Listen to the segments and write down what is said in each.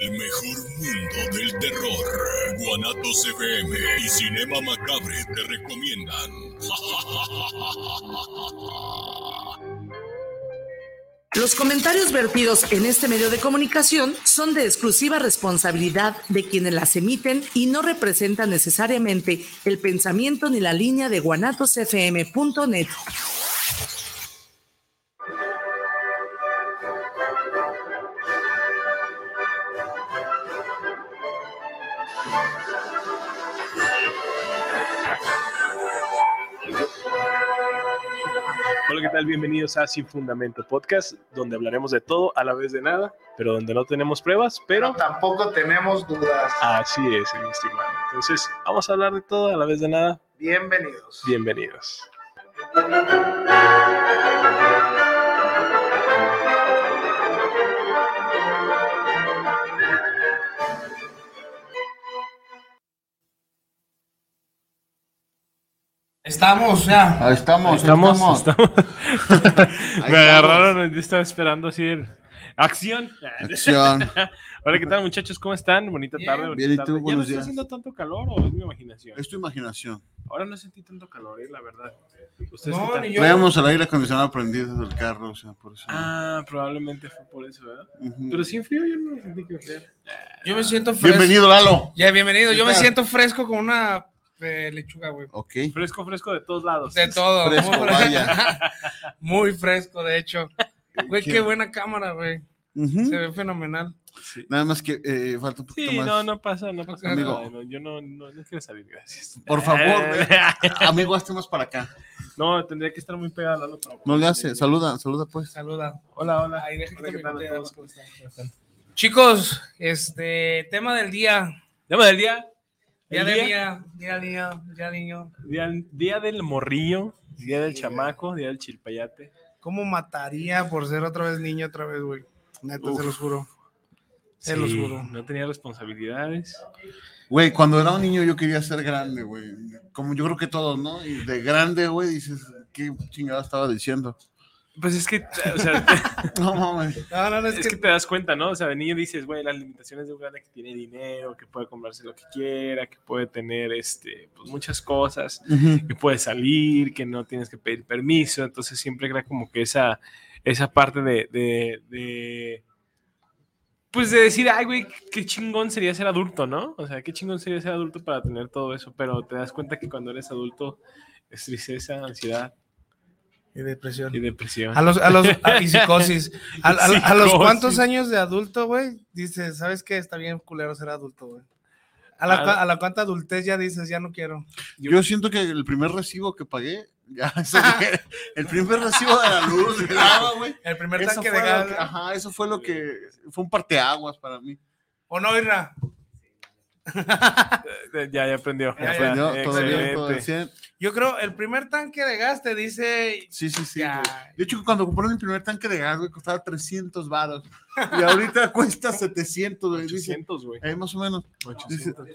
Del mejor mundo del terror, Guanatos FM y Cinema Macabre te recomiendan. Los comentarios vertidos en este medio de comunicación son de exclusiva responsabilidad de quienes las emiten y no representan necesariamente el pensamiento ni la línea de guanatosfm.net. Hola, ¿qué tal? Bienvenidos a Sin Fundamento Podcast, donde hablaremos de todo a la vez de nada, pero donde no tenemos pruebas, pero pero tampoco tenemos dudas. así es, mi estimado. Entonces, vamos a hablar de todo a la vez de nada. Bienvenidos. Bienvenidos. Estamos ya. Ahí estamos, Estamos, estamos. estamos. Ahí Me estamos. agarraron, yo estaba esperando así el... ¡Acción! Acción. Hola, ¿qué tal, muchachos? ¿cómo están? Bonita Bien. tarde, bonita Bien, ¿y tú? tarde. ¿Ya no Buenos está días. haciendo tanto calor o es mi imaginación? Es tu imaginación. Ahora no sentí tanto calor, eh, la verdad. ¿Ustedes No, qué tal? ni yo. Traíamos el aire acondicionado prendido del carro, o sea, por eso. Ah, probablemente fue por eso, ¿verdad? Ujú. Pero sin frío yo no sentí que frío. Yo me siento fresco. Bienvenido, Lalo. Ya, bienvenido. Yo me ¿Qué tal? siento fresco con una eh, lechuga, güey. Ok. Fresco, fresco de todos lados. De todo. Fresco, muy, vaya. Muy fresco, de hecho. Güey, ¿Qué? qué buena cámara, güey. Ujú. Se ve fenomenal. Sí. Nada más que eh, falta un poquito Sí, más. no, no pasa, no pasa Amigo. nada. no, yo no, no, no quiero salir, gracias. Eh, Por favor, eh, Amigo, hazte más para acá. no, tendría que estar muy pegado al otro. No le hace. Saluda, saluda pues. Saluda. Hola, hola. Ay, deja que Hola, te ¿qué tal? me mute, vamos, ¿cómo están? ¿Cómo están? Chicos, este tema del día. Llama del día. Día El de día, día, día de día, día de niño. día, día del morrillo, día del chamaco, día del chilpayate. ¿Cómo mataría por ser otra vez niño otra vez, güey? Neta, Uf. se los juro. Se los juro. No tenía responsabilidades. Güey, cuando era un niño yo quería ser grande, güey. Como yo creo que todos, ¿no? Y de grande, güey, dices, ¿qué chingada estaba diciendo? Pues es que, o sea, No mames. No, no, no, es que te das cuenta, ¿no? O sea, de niño dices, güey, las limitaciones de un grande que tiene dinero, que puede comprarse lo que quiera, que puede tener, este, pues muchas cosas. Ujú. que puedes salir, que no tienes que pedir permiso, entonces siempre era como que esa, esa parte de, de, de- pues de decir, ay, güey, qué chingón sería ser adulto, ¿no? O sea, qué chingón sería ser adulto para tener todo eso, pero te das cuenta que cuando eres adulto es tristeza, ansiedad Y depresión. y depresión. A los, a los, a- y psicosis. A, a- a los Psicosis. cuántos años de adulto, güey, dices, ¿sabes qué? Está bien culero ser adulto, güey. A la, Ah. cua- a la cuánta adultez ya dices, ya no quiero. Yo siento que el primer recibo que pagué, ya, eso fue- el primer recibo de la luz, del agua, güey. El primer Eso tanque fue, de lo gas. que, ajá, eso fue lo que fue un parteaguas para mí. ¿O no, Irra? Eh, Ya, ya aprendió. Ya, ya, Aprendió todo bien, todo excelente. al 100. Yo creo, el primer tanque de gas te dice, Sí, sí, sí. Ya. güey. De hecho, cuando compré mi primer tanque de gas, güey, costaba 300 varos. Y ahorita cuesta 700, güey. Dice, 800, güey. eh, más o menos. 800.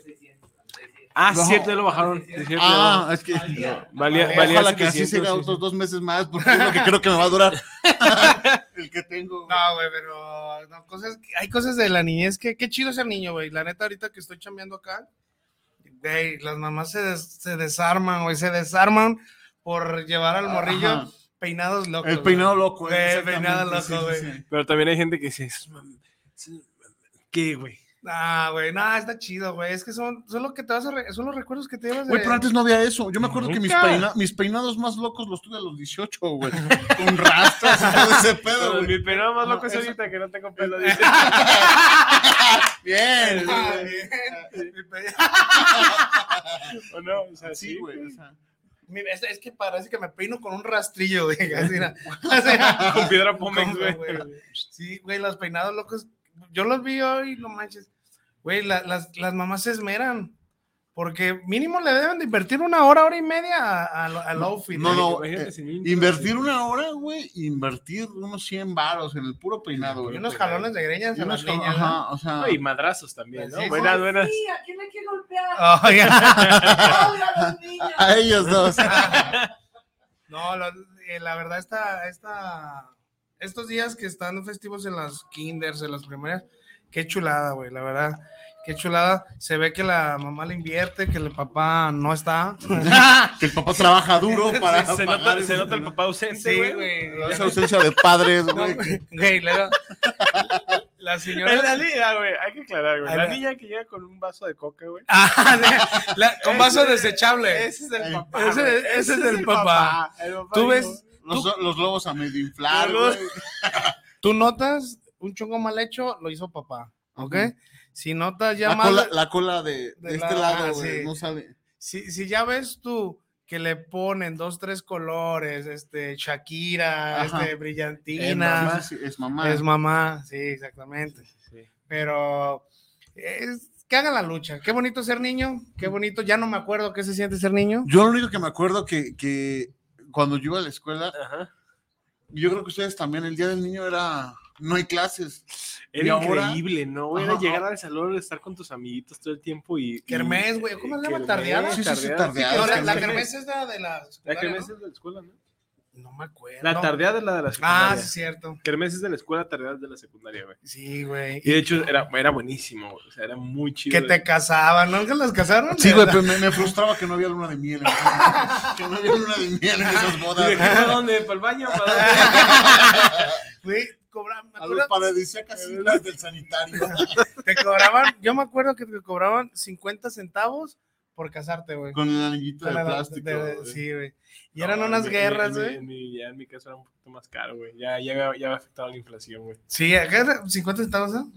Ah, No. cierto, ya lo bajaron. sí, cierto, ya lo Ah, bajaron. es que. valía, valía Ojalá que así 700, siga sí, sí. otros dos meses más, porque es lo que creo que me va a durar. el que tengo. güey. No, güey, pero no, cosas, que- hay cosas de la niñez que qué chido ser niño, güey. La neta, ahorita que estoy chambeando acá, güey, las mamás se, des- se desarman, güey, se desarman por llevar al morrillo Ah, Ajá. peinados locos. El peinado loco, Güey, eh, peinado exactamente, loco, sí, sí, güey. sí. Pero también hay gente que dice, "Esos mam- esos mam- ¿qué, güey? güey. Ah, güey, nada, está chido, güey. Es que son, son lo que te vas a re- son los recuerdos que te llevas de... Güey, pero antes no había eso. Yo me acuerdo que mis, Nunca. peina- mis peinados más locos los tuve a los 18, güey. Con rastas y todo ese pedo, güey. Mi pelo más No, loco es eso- ahorita que no tengo pelo. Dice. Bien. Ah, güey. bien. Mi pe- ¿O no? O sea, Sí, güey. o sea, Mi- Es, es que parece que me peino con un rastrillo, güey. Así, mira. O sea, Con piedra ¿Cómo, pómex, güey. güey? Sí, güey, los peinados locos. Yo los vi hoy, no manches. Güey, la- las, las mamás se esmeran. Porque mínimo le deben de invertir una hora, hora y media a- a lo- al outfit. No, güey. no, Imagínate eh, sin intro, Invertir güey. una hora, güey. Invertir unos 100 varos en el puro peinado, Y güey. unos jalones de greñas Y a unos las jal- niñas. ¿no? Ajá, o sea. No, Y madrazos también, ¿no? Sí, sí. buenas, buenas. Sí, ¿a quién hay que golpear? Ay, Ahora los niños. A ellos dos. no, lo- eh, la verdad, esta, esta, estos días que están festivos en las kinders, en las primarias, Qué chulada, güey, la verdad. Qué chulada. Se ve que la mamá le invierte, que el papá no está. Que el papá trabaja duro para. se, pagar nota, se eso, nota el ¿no? papá ausente, Sí, güey. güey. Esa ausencia de padres, No, güey. güey, luego, la señora. Es la niña, güey. Hay que aclarar, güey. Ahí La va. niña que llega con un vaso de coca, güey. Ah, la- con vaso Ese- desechable. Ese es el Ey. papá. Ese- güey. ese es el papá. El papá Tú dijo, ves, Los, los globos a medio inflar, Los- güey. tú notas un chongo mal hecho, lo hizo papá, ¿ok? Si notas ya Mm. La mal, cola, la cola de, de de la- este lado, ah, güey, sí. no sale. si, si ya ves tú que le ponen dos, tres colores, este, Shakira, Ajá. este, Es mamá, brillantina, Eh, sí, es mamá. es mamá, sí, exactamente. sí. Pero es, que hagan la lucha, qué bonito ser niño, qué bonito, ya no me acuerdo qué se siente ser niño. Yo lo único que me acuerdo que, que cuando yo iba a la escuela, Ajá. yo creo que ustedes también, el día del niño era no hay clases. ¿Y Era ahora? increíble, ¿no? güey? Era Ajá. llegar al salón, estar con tus amiguitos todo el tiempo y. Kermés, güey, ¿cómo andaba tardeada? Sí, sí, sí, No, tardeada. la, es que la no- kermés es la de la La secundaria, kermés ¿no? es de la escuela, ¿no? No me acuerdo. La tardeada es la de la Ah, secundaria. sí, es cierto. Kermés es de la escuela, tardeada es de la secundaria, güey. Sí, güey. Y de hecho era, era buenísimo, güey. O sea, era muy chido. Que de- te casaban, ¿no? ¿Que las casaron? Sí, güey, pero me, me frustraba que no había luna de miel. güey. que no había luna de miel en esas Y de, bodas. ¿Para dónde? ¿Para el baño? ¿Para dónde? Güey, cobraban, me A acuerdo, los paradisíacas islas del sanitario. te cobraban, yo me acuerdo que te cobraban 50 centavos por casarte, güey. Con el anillito de La- la- plástico. de- güey. sí, güey. Y No, eran en unas mi- en mi- guerras, en mi- güey. en mi- Ya en mi caso era un poquito más caro, güey. Ya, ya, había- ya había afectado la inflación, güey. Sí, acá era 50 centavos, ¿no?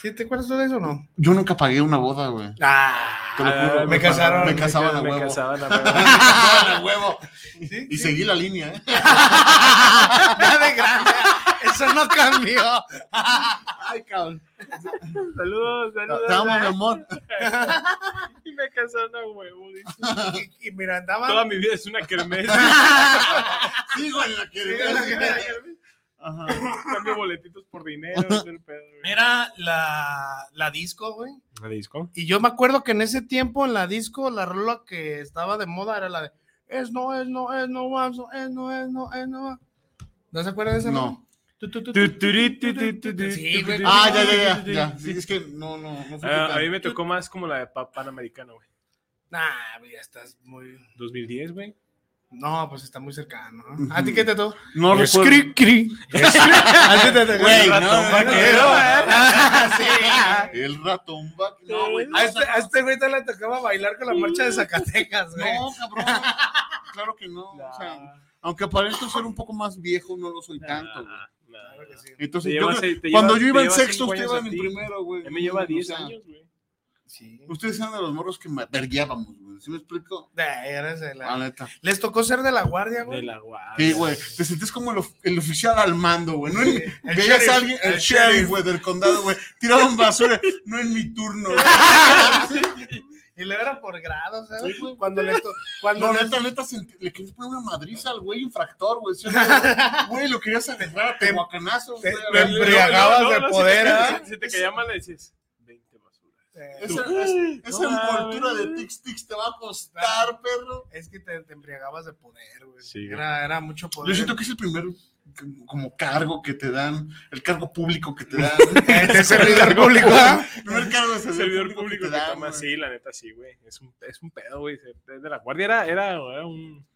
¿Sí te acuerdas tú de eso o no? Yo nunca pagué una boda, güey. Te lo Ah, juro, me casaron, Me me casaban a Me huevo. casaban a Me huevo. casaban a huevo. Sí, Y sí. seguí la línea, ¿eh? Ya de grande. Eso no cambió. Ay, cabrón. Saludos, saludos. Te amo, mi amor. Y me casaron a huevo. dice. Y, y mira, andaban. Toda mi vida es una kermés. Sigo en la Sí, en la que... que- Ajá. Cambio boletitos por dinero. todo el pedo, güey. Era la, la disco, güey. ¿La disco? Y yo me acuerdo que en ese tiempo en la disco la rola que estaba de moda era la de es no, es no, es no, vamos, es no, es no, es no. ¿No se acuerdan de esa? No. rola? Tu, tu, tu, tu, tu, tu, tu, tu, tu. Sí, güey. Ah, ya, ya, ya. ya. Sí, es que no, no, no fue Ah, a mí me tocó más como la de pa- Panamericana, güey. Nah, güey, ya estás muy. 2010, güey. No, pues está muy cercano. ¿no? ¿A ti qué te tocó? No Es cri, cri. ¿A ti Ah, te tocó? Güey, no, Ratón no, vaquero. no. Ah, sí. El ratón Ah, va. No, güey. A este, a este güey te le tocaba bailar con la marcha de Zacatecas, güey. No, cabrón. Claro que no. O sea, Nah, aunque aparento ser un poco más viejo, no lo soy tanto. güey. nah, nah. Claro que sí. Entonces, Te yo llevas- creo- te llevas- cuando yo te iba en llevas sexto, cinco usted años iba a en ti. primero, güey. Ya me lleva O 10 sea, años, güey. Sí. Ustedes eran de los morros que me verguiábamos, güey. ¿Sí me explico? Nah, eres de la- La neta. Les tocó ser de la guardia, De güey. la guardia. Sí, güey. Te sentías como el, of- el oficial al mando, güey. No en- El Veías sheriff, a alguien, el, el sheriff, sheriff. güey, del condado, güey. Tiraban basura. No en mi turno, güey. Y le era por grados, ¿sabes? Sí, güey. Cuando les to- cuando No, les- neta, neta, sentí- le querías poner una madriza al güey infractor, güey. ¿sí o no? Güey, lo querías agarrar a tehuacanazos, güey. te- te a ver, embriaga- embriagabas de poder, ¿ah? Si te caía mal, le dices 20 basura. Eh, Esa, Ay, esa no envoltura mames. de Tix Tix te va a costar, perro. es que te, te embriagabas de poder, güey. Sí, güey. era, era mucho poder. Yo siento que es el primer como cargo que te dan, el cargo público que te dan. Eh, de servidor público. ¿ah? el primer cargo de servidor público que que te dan. toma, güey. sí, la neta sí, güey. Es un, es un pedo, güey. Se- De la guardia era, era, era un.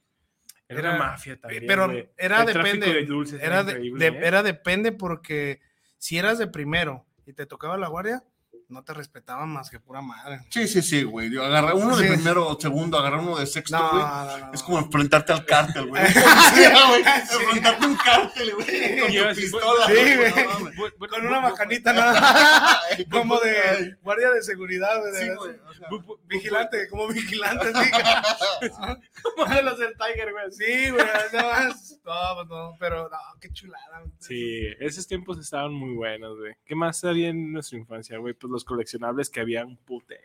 Era, Era- una mafia también. pero güey. era El tráfico depende, de dulces Era, de- increíble, de- ¿eh? era depende porque si eras de primero y te tocaba la guardia, no te respetaban más que pura madre. Sí, sí, sí, güey. Yo agarré uno de Sí. primero o segundo, agarré uno de sexto, No, güey. no, no, no. Es como enfrentarte al cártel, güey. Un policía, güey. Enfrentarte a un cártel, güey. Con Y tu ahora sí, pistola. sí, güey. güey. No mames. Bu- bu- Con bu- una bu- macanita nada. Ay, como puta, de guardia de seguridad, güey. de Sí, verdad. güey. o sea, bu- bu- bu- Vigilante, como vigilante, sí. Como de los del Tiger, güey. Sí. Sí, güey, no, es- no, pues no, pero no, qué chulada. Sí, esos tiempos estaban muy buenos, güey. ¿Qué más había en nuestra infancia, güey? Pues los coleccionables que había un pute.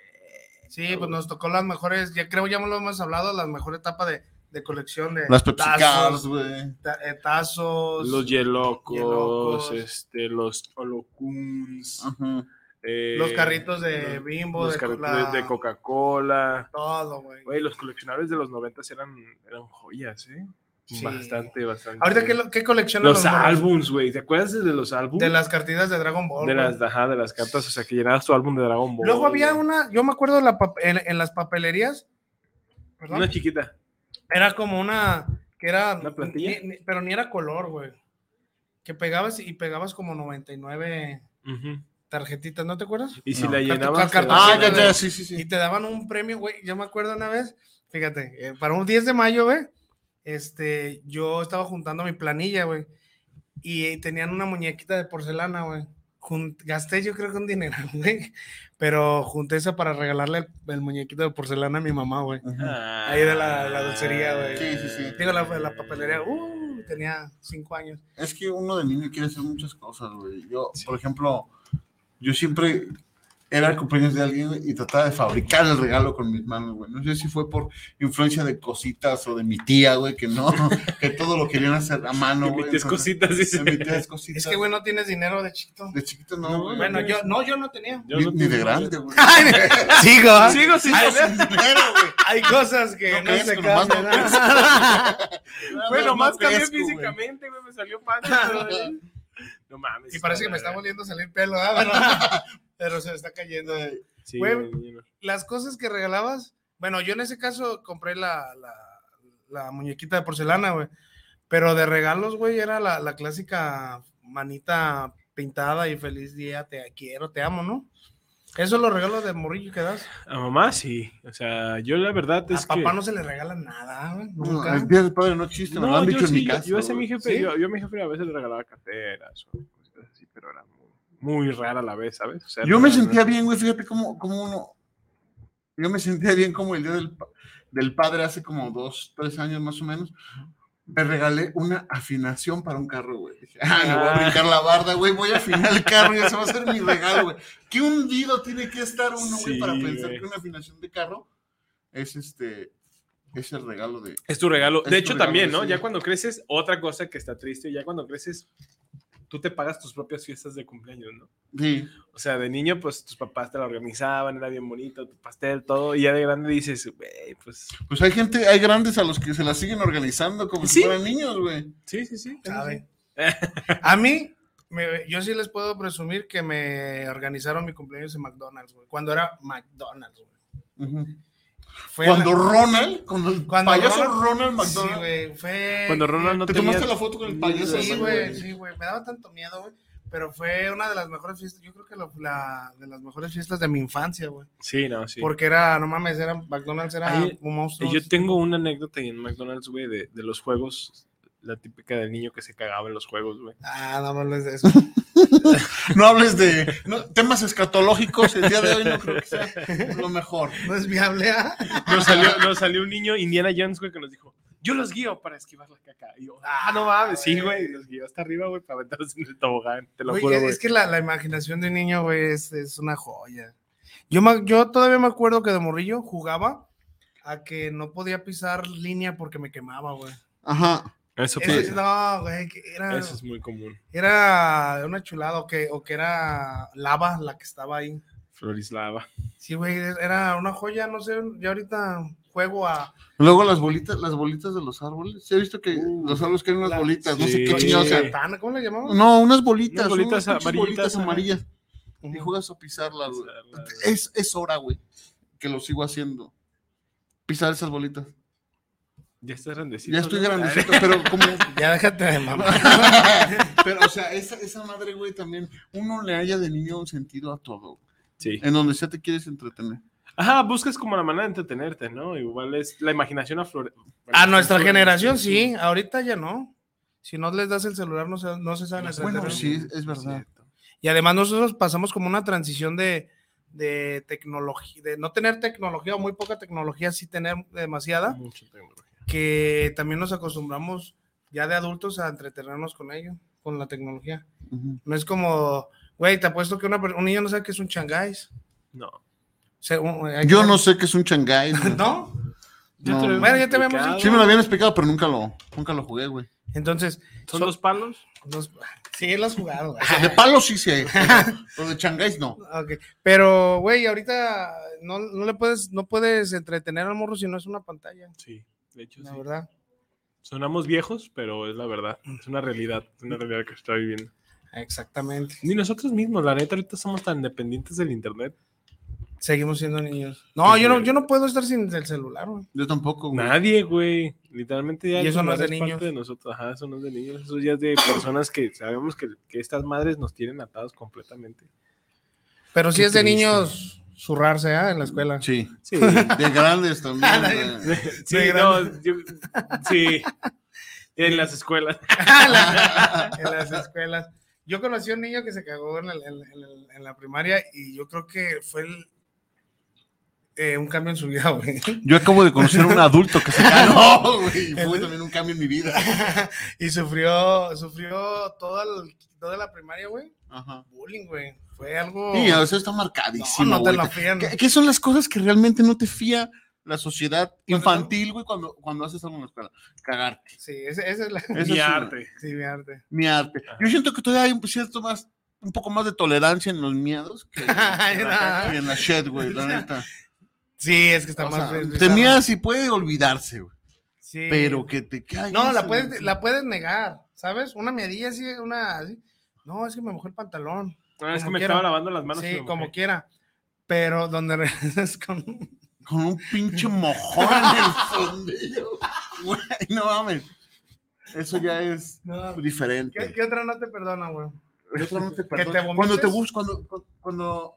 Sí, pues nos tocó las mejores, ya creo ya lo hemos hablado, las mejores etapas de, de colección de Las Pepsi Cars, tazos, güey. ta- eh, tazos, Los Yelocos, Yelocos. Ah. este, los Holocuns. Ajá. eh, los carritos de Bimbo, los de carritos Cola, de Coca-Cola. todo, güey. Güey, los coleccionables de los noventas eran, eran joyas, ¿eh? Sí. Bastante, bastante. Ahorita, ¿qué, lo- qué coleccionan Los morros? álbums, güey. ¿Te acuerdas de los álbums? De las cartitas de Dragon Ball. De güey. las, ajá, de las cartas, o sea, que llenabas tu álbum de Dragon Ball. Luego había güey. una, yo me acuerdo en la pap- en, en las papelerías, perdón, Una chiquita. era como una, que era, ¿Una plantilla? ni- ni- pero ni era color, güey. Que pegabas y pegabas como 99 Ujú. tarjetitas, ¿no te acuerdas? Y si No. la Cartu- llenabas. car- te cartuchera Ah, daban- ya, ya, sí, sí, Y sí. te daban un premio, güey. Yo me acuerdo una vez, fíjate, eh, para un 10 de mayo, güey, este, yo estaba juntando mi planilla, güey. Y eh, tenían una muñequita de porcelana, güey. Jun- Gasté yo creo que un dinero, güey. Pero junté esa para regalarle el, el muñequito de porcelana a mi mamá, güey. Ajá. Ah. Ahí de la, la dulcería, güey. Sí, sí, sí. Digo, la, la papelería, uh, tenía 5 años. Es que uno de niño quiere hacer muchas cosas, güey. Yo, por ejemplo, yo siempre era el cumpleaños de alguien güey, y trataba de fabricar el regalo con mis manos, güey. No sé si fue por influencia de cositas o de mi tía, güey, que no, que todo lo querían hacer a mano, güey. Emites Entonces, cositas, dice. emitías cositas. Es que, güey, no tienes dinero de chiquito. De chiquito No, no, güey. Bueno, yo, no, yo no tenía. Yo ni, no ni tengo- de grande, güey. Sigo, Sigo sin saber. Pero, güey, Hay cosas que No no, crees se que nomás cambian. no Bueno, no más cambié crezco, güey. físicamente, güey, me salió panza. güey. no mames. Y parece que me está volviendo a salir pelo, ¿ah? Pero, Este, pero se me está cayendo. Sí, Güey. güey, no. Las cosas que regalabas, bueno, yo en ese caso compré la, la- la muñequita de porcelana, güey. Pero de regalos, güey, era la, la clásica manita pintada y feliz día, te quiero, te amo, ¿no? Eso los regalos de morrillo que das. A mamá sí. O sea, yo la verdad es a que. papá no se le regala nada, güey. No, Nunca. el día del padre no existe, me lo han yo dicho en sí, mi yo- casa. Yo, hacía mi güey. jefe, ¿Sí? yo, yo a mi jefe a veces le regalaba carteras o cosas así, pero era muy, muy rara a la vez, ¿sabes? O sea, Yo me no- no- sentía bien, güey, fíjate cómo, cómo uno. Yo me sentía bien como el día del, pa- del padre hace como dos, tres años más o menos. Me regalé una afinación para un carro, güey. Dije, ah, me voy a Ah. brincar la barda, güey, voy a afinar el carro y ese va a ser mi regalo, güey. Qué hundido tiene que estar uno, güey, para Sí, pensar güey. que una afinación de carro es este. Es el regalo de. Es tu regalo. de Es tu hecho, regalo, también, ¿no? sí. Ya cuando creces, otra cosa que está triste, ya cuando creces, tú te pagas tus propias fiestas de cumpleaños, ¿no? Sí, O sea, de niño, pues tus papás te la organizaban, era bien bonito, tu pastel, todo. Y ya de grande dices, güey, pues. pues hay gente, hay grandes a los que se la siguen organizando como Sí. si fueran niños, güey. Sí, sí, sí. ¿sabe? A mí, me- yo sí les puedo presumir que me organizaron mi cumpleaños en McDonald's, güey. Cuando era McDonald's, güey. Ujú. Fue Cuando la- Ronald, cuando el Cuando payaso Ronald- Ronald Sí, McDonald. güey, fue- Cuando Ronald no ¿Te tenía- tomaste la foto con el payaso? Sí, de güey, McDonald's? sí, güey. Me daba tanto miedo, güey. Pero fue una de las mejores fiestas, yo creo que la, la- de las mejores fiestas de mi infancia, güey. Sí, no, sí. Porque era, no mames, era, McDonald's era Ahí- un Eh, monstruo. Yo tengo una anécdota ahí en McDonald's, güey, de, de los juegos, la típica del niño que se cagaba en los juegos, güey. Ah, no me hables de eso. No hables de no, temas escatológicos. El día de hoy no creo que sea lo mejor. No es viable, ¿ah? Nos salió, nos salió un niño, Indiana Jones, güey, que nos dijo, yo los guío para esquivar la caca. Y yo, ah, no mames, sí, güey, los guío hasta arriba, güey, para aventarse en el tobogán, te lo Güey, juro, es- güey. es que la, la imaginación de un niño, güey, es, es una joya. Yo, me- yo todavía me acuerdo que de morrillo jugaba a que no podía pisar línea porque me quemaba, güey. Ajá. Eso, Ese- pasa, no, güey, que era, eso es muy común. era una chulada o que, o que era lava la que estaba ahí. Florislava. Sí, güey, era una joya, no sé, yo ahorita juego a... Luego las bolitas, las bolitas de los árboles. ¿Se ha visto que los árboles caen unas la- bolitas? No sí. sé qué chingados. sean. Santana, ¿Cómo le llamamos? No, unas bolitas. Unas bolitas unas pinches amarillitas, bolitas ajá. amarillas. Y Ujú. juegas a pisarlas, güey. Pisarlas. Es, es hora, güey, que lo sigo haciendo. Pisar esas bolitas. Ya estás grandecito. Ya estoy ¿no? grandecito, pero como Ya déjate de mamá. Pero, o sea, esa, esa madre, güey, también uno le haya de niño un sentido a todo, Sí. en donde sea te quieres entretener. Ajá, buscas como la manera de entretenerte, ¿no? Igual es la imaginación a flor... A nuestra generación, sí, ahorita ya no. Si no les das el celular, no se, no se saben Bueno, entretener. sí, es- es verdad. Y además nosotros pasamos como una transición de, de tecnología, de no tener tecnología o muy poca tecnología, sí tener ¿Ah? demasiada, Mucho tecnología. que también nos acostumbramos ya de adultos a entretenernos con ello, con la tecnología. Ujú. No es como, güey, te apuesto que una per- un niño no sabe que es un changáis. No. O sea, un- hay que Yo ser- no sé qué es un changáis. güey. ¿No? No. lo había Bueno, ya te habíamos explicado. Sí me lo habían explicado, pero nunca lo, nunca lo jugué, güey. Entonces, ¿Son dos palos? los- sí, lo has jugado, güey. O sea, de palo sí sé, pero- pero de changáis no. Ok, Pero, güey, ahorita no, no le puedes, no puedes entretener al morro si no es una pantalla, Sí. De hecho, la sí. verdad. Sonamos viejos, pero es la verdad. Es una realidad. Es una realidad que está viviendo. Exactamente. Ni nosotros mismos, la neta, ahorita somos tan dependientes del internet. Seguimos siendo niños. No, yo no, yo no puedo estar sin el celular, güey. Yo tampoco, güey. Nadie, güey. Literalmente ya Y el eso no es de celular parte niños. de nosotros. Ajá, eso no es de niños. Eso ya es de personas que sabemos que, que estas madres nos tienen atados completamente. Pero sí Qué es de triste. niños zurrarse, ¿ah? En la escuela. Sí. Sí. De grandes también. güey. sí, De no, yo- sí. En las escuelas. en las escuelas. Yo conocí a un niño que se cagó en, el- en el- en la primaria y yo creo que fue el- eh, un cambio en su vida, güey. Yo acabo de conocer a un adulto que se cagó, güey. y Fue también un cambio en mi vida. y sufrió, sufrió toda, el- toda la primaria, güey. Ajá. Bullying, güey. Fue algo. Sí, eso está no, marcadísimo. Oh. no te güey. la fían. ¿Qué, qué son las cosas que realmente no te fía la sociedad infantil, güey, cuando, cuando haces algo en la escuela? Cagarte. Sí, ese- esa es la. Eso Mi sí, arte. Sí, mi arte. Mi arte. Yo siento que todavía hay un cierto más, un poco más de tolerancia en los miedos que, Ay, no. que en la shit, güey, la neta. Sí, es que está O más. sea, bizarro. te miras y puede olvidarse, güey. Sí. Pero que te caigas. No, la güey. puedes, la puedes negar, ¿sabes? Una medilla así, una. así. No, es que me mojó el pantalón. No, es que Como me quiera. estaba lavando las manos. y Sí, me como mojé. quiera. Pero donde regresas con. Con un pinche mojón en el fondillo. Güey, no mames. Eso ya es No, diferente. ¿Qué, qué otra no te perdona, güey? Yo solo no te perdono. te vomites? cuando te gusta, cuando, cu- cuando,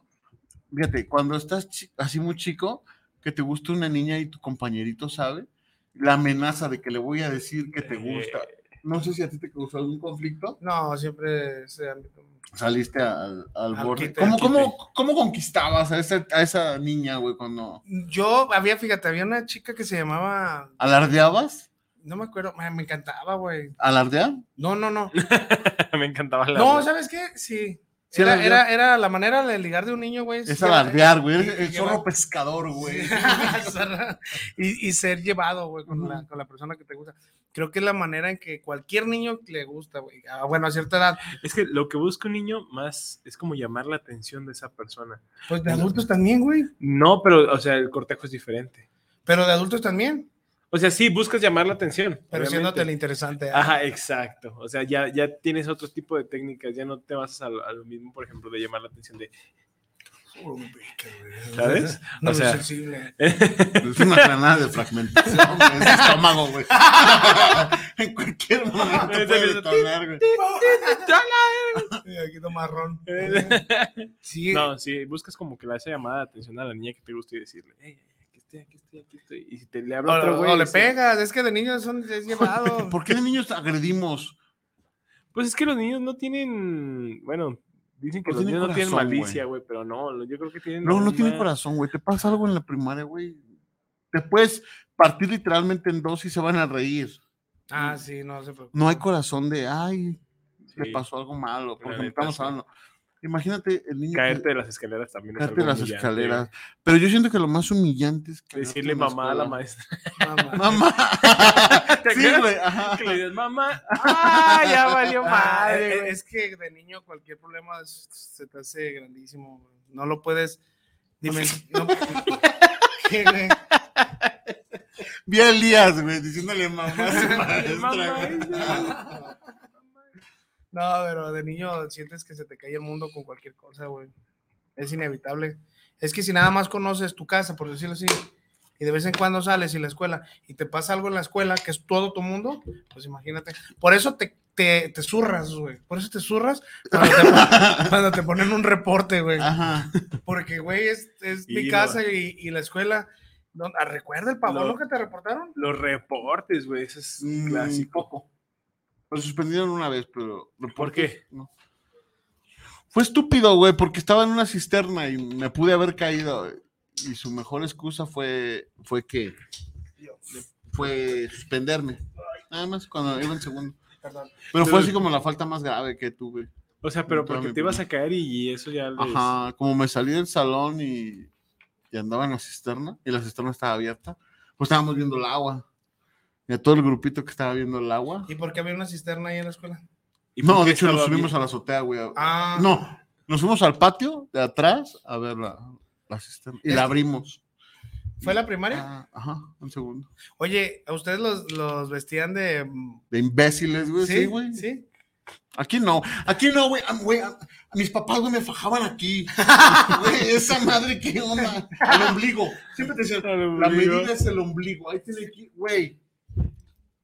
fíjate, cuando estás chi- así muy chico, que te gusta una niña y tu compañerito sabe, la amenaza de que le voy a decir que te gusta. No sé si a ti te causó algún conflicto. No, siempre ese ámbito. Saliste al, al Al borde. quite, ¿Cómo, al cómo, cómo conquistabas a esa, a esa niña, güey, cuando Yo había, fíjate, había una chica que se llamaba. alardeabas? No me acuerdo, me, me encantaba, güey. ¿Alardear? No, no, no. me encantaba la. No, ¿sabes qué? Sí. Sí, Era, la- era, era la manera de ligar de un niño, güey. Es sí, alardear, güey. y- eres y El llevar- zorro pescador, güey. Zorro. y, y ser llevado, güey, con, la, con la persona que te gusta. Creo que es la manera en que cualquier niño le gusta, güey. Ah, Bueno, a cierta edad. Es que lo que busca un niño más es como llamar la atención de esa persona. Pues de adultos también, güey. No, pero, o sea, el cortejo es diferente. Pero de adultos también. O sea, sí, buscas llamar la atención. Pero obviamente. siéndote el interesante. Ajá, exacto. O sea, ya, ya tienes otro tipo de técnicas. Ya no te vas a lo, a lo mismo, por ejemplo, de llamar la atención de. ¿Sabes? No O soy sea- eh, sensible. Es una granada de fragmentación, güey. Es estómago, güey. en cualquier momento Ahorita puede que se- detonar, güey. Y aquí toma ron. Sí. Eh, no, sí, buscas como que la esa llamada de atención a la niña que te gusta y decirle, "Ey, aquí estoy, aquí estoy, aquí estoy. Y si te le O, habla otro o güey. le dice, pegas, es que de niños son es llevado. ¿Por qué de niños agredimos? Pues es que los niños no tienen. Bueno. Dicen que No los Pues tienen niños no tienen corazón, güey. malicia, güey, pero no, lo- yo creo que tienen. No, no alguna- tiene corazón, güey. Te pasa algo en la primaria, güey. Te puedes partir literalmente en dos y se van a reír. ah, sí, no se preocupe. No hay corazón de, ay, le Sí. pasó algo malo. Por La ejemplo, neta, estamos sí. hablando. Imagínate el niño. que- Caerte de las escaleras también. es caerte de algo las humillante. escaleras. Pero yo siento que lo más humillante es que Decirle mamá a la maestra. Mamá. Mamá. ¿Te sí, acuerdas? güey. ajá. Que le digas, mamá. ¡Ah, ya valió Ah, madre! eh, güey". es que de niño cualquier problema es- se te hace grandísimo. güey. No lo puedes. Dime. no- ¿Qué, güey? Vi a Elías, güey, diciéndole mamá a su Mamá, maestra, güey. No, pero de niño sientes que se te cae el mundo con cualquier cosa, güey. Es inevitable. Es que si nada más conoces tu casa, por decirlo así, y de vez en cuando sales y la escuela, y te pasa algo en la escuela, que es todo tu mundo, pues imagínate. Por eso te, te, te zurras, güey. Por eso te zurras cuando te, pon- cuando te ponen un reporte, güey. Ajá. Porque, güey, es, es mi Y lo- casa y, y la escuela. No, ah, ¿Recuerda el pavor Lo- que te reportaron? Los reportes, güey, eso es Mm, clásico. poco. Lo suspendieron una vez, pero. ¿Por qué? No. Fue estúpido, güey, porque estaba en una cisterna y me pude haber caído. güey. Y su mejor excusa fue, fue que. Fue suspenderme. Nada más cuando iba en segundo. Perdón. Pero Pero- fue así como la falta más grave que tuve. O sea, pero Nunca porque me te ibas puse. a caer y, y eso ya les... Ajá, como me salí del salón y, y andaba en la cisterna y la cisterna estaba abierta, pues estábamos viendo el agua. Y a todo el grupito que estaba viendo el agua. ¿Y por qué había una cisterna ahí en la escuela? ¿Y por No, qué de hecho nos estaba subimos bien? a la azotea, güey. a- Ah, No, nos fuimos al patio de atrás a ver la, la cisterna y Es- la abrimos. ¿Fue la primaria? Ah, ajá, un segundo. Oye, ¿a ustedes los, los vestían de. mm, De imbéciles, güey. Pues Sí, güey. ¿Sí? Aquí no, aquí no, güey. Ah, güey, ah, mis papás, güey, me fajaban aquí. Güey, esa madre, ¿qué onda? El ombligo. Siempre te decían, Al la ombligo. medida es el ombligo. Ahí tiene que, güey.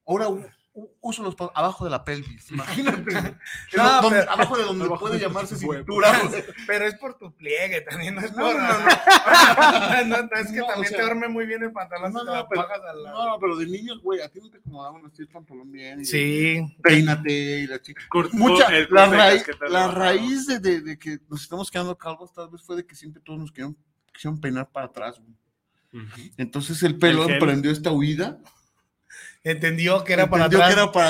Ahora u- u- uso los pa- abajo de la pelvis. Imagínate. güey. No, Donde- pero- abajo de donde puede llamarse cintura, güey. Pero es por tu pliegue también, no es No, por. no, No, no, es que No, o también sea, te duerme muy bien el pantalón No, si te no, la pero, bajas a la- no, pero de niños, güey, a ti no te acomodaban así el pantalón bien. y- Sí. peínate y la chica. Cur- Mucha, el la, corte de raíz- casqueta la rajado. raíz de, de- de que nos estamos quedando calvos tal vez fue de que siempre todos nos quisieron, quisieron peinar para atrás. güey. Ujú. Entonces el pelo El gel. emprendió esta huida. Entendió que era para entendió atrás. que era para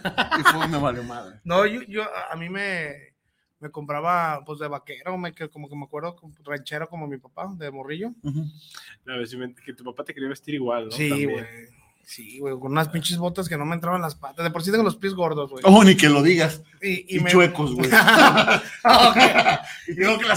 No. Y fue, me valió madre. No, yo, yo a a mí me, me compraba pues de vaquero, me, que- como que me acuerdo como ranchero como mi papá, de morrillo. Ujú. La vestimenta- que tu papá te quería vestir igual, ¿no? sí, También. güey. Sí, güey, con unas pinches botas que no me entraban las patas. De por sí tengo los pies gordos, güey. Oh, ni que lo digas. y Y, me- Ah, chuecos, güey. Ok. y creo que la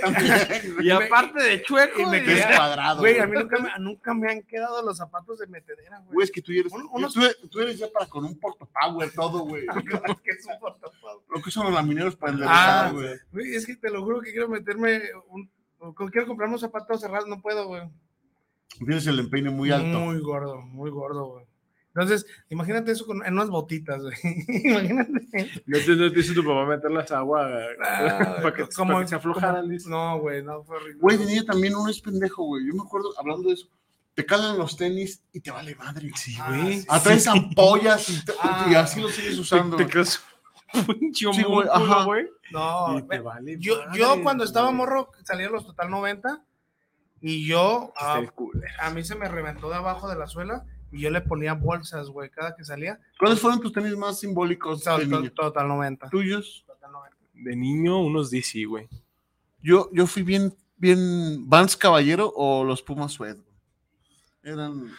también. Y aparte de chueco, y me güey, que es quedé- cuadrado. Güey, a mí nunca me, nunca me han quedado los zapatos de metedera, Güey, güey. es que tú ya eres, Un- unos- tú, tú eres ya para con un portapower todo, güey. Que es un portafolio. Lo que son los lamineros para Ah, enderezar, güey. Güey, es que te lo juro que quiero meterme un... o con- Quiero comprarme unos zapatos cerrados, no puedo, güey. Tienes el empeine muy alto. Muy gordo, muy gordo, güey. Entonces, imagínate eso con, en unas botitas, güey. imagínate. ¿No te, no te hizo tu papá meterlas agua Ah, para que, Como- para que se aflojaran? como- dice? No, güey, no fue horrible. Güey, de niño también uno es pendejo, güey. Yo me acuerdo hablando de eso. Te calan los tenis y te vale madre. Sí, güey. Atraes ampollas y, te- Ah. y así lo sigues usando. Te, te creas un pinche Sí, güey, homúnculo, ajá. güey. No, y te güey. vale yo, madre, yo cuando estaba güey. morro salía los total 90 y yo Está a, bien culero. a mí se me reventó de abajo de la suela y yo le ponía bolsas, güey, cada que salía. ¿Cuáles fueron tus tenis más simbólicos de Total, niño? total 90. ¿Tuyos? Total 90. De niño, unos DC, güey. Yo, yo fui bien, bien Vans Caballero o los Pumas Sued. güey. Eran...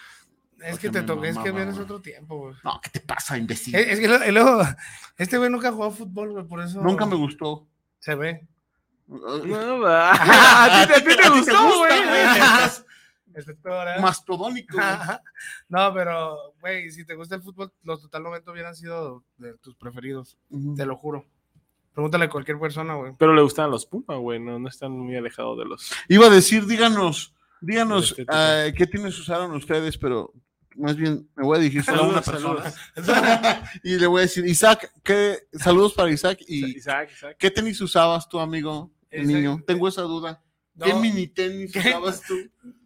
Es Porque que te me toqué, es que mamaba, vienes güey. otro tiempo, güey. No, ¿qué te pasa, imbécil? Es, es que lo- y luego, este güey nunca jugó a fútbol, güey, por eso. Nunca me gustó. Se ve. No, va. a ti te, a ti te gustó, güey. Este Espectora. ¿eh? Mastodónico. güey. no, pero, güey, si te gusta el fútbol, los total 90 hubieran sido de tus preferidos, Ujú. te lo juro. Pregúntale a cualquier persona, güey. Pero le gustaban los Puma, güey. No, no están muy alejados de los. Iba a decir, díganos, díganos Por estética. eh, qué tienes usaron ustedes, pero más bien me voy a dirigir solo a una Saludos, persona. y le voy a decir, Isaac, ¿qué, saludos para Isaac. ¿Y Isaac, Isaac. qué tenis usabas tú, amigo, de Isaac- niño? Tengo esa duda. No, ¿Qué mini tenis ¿Qué? usabas tú?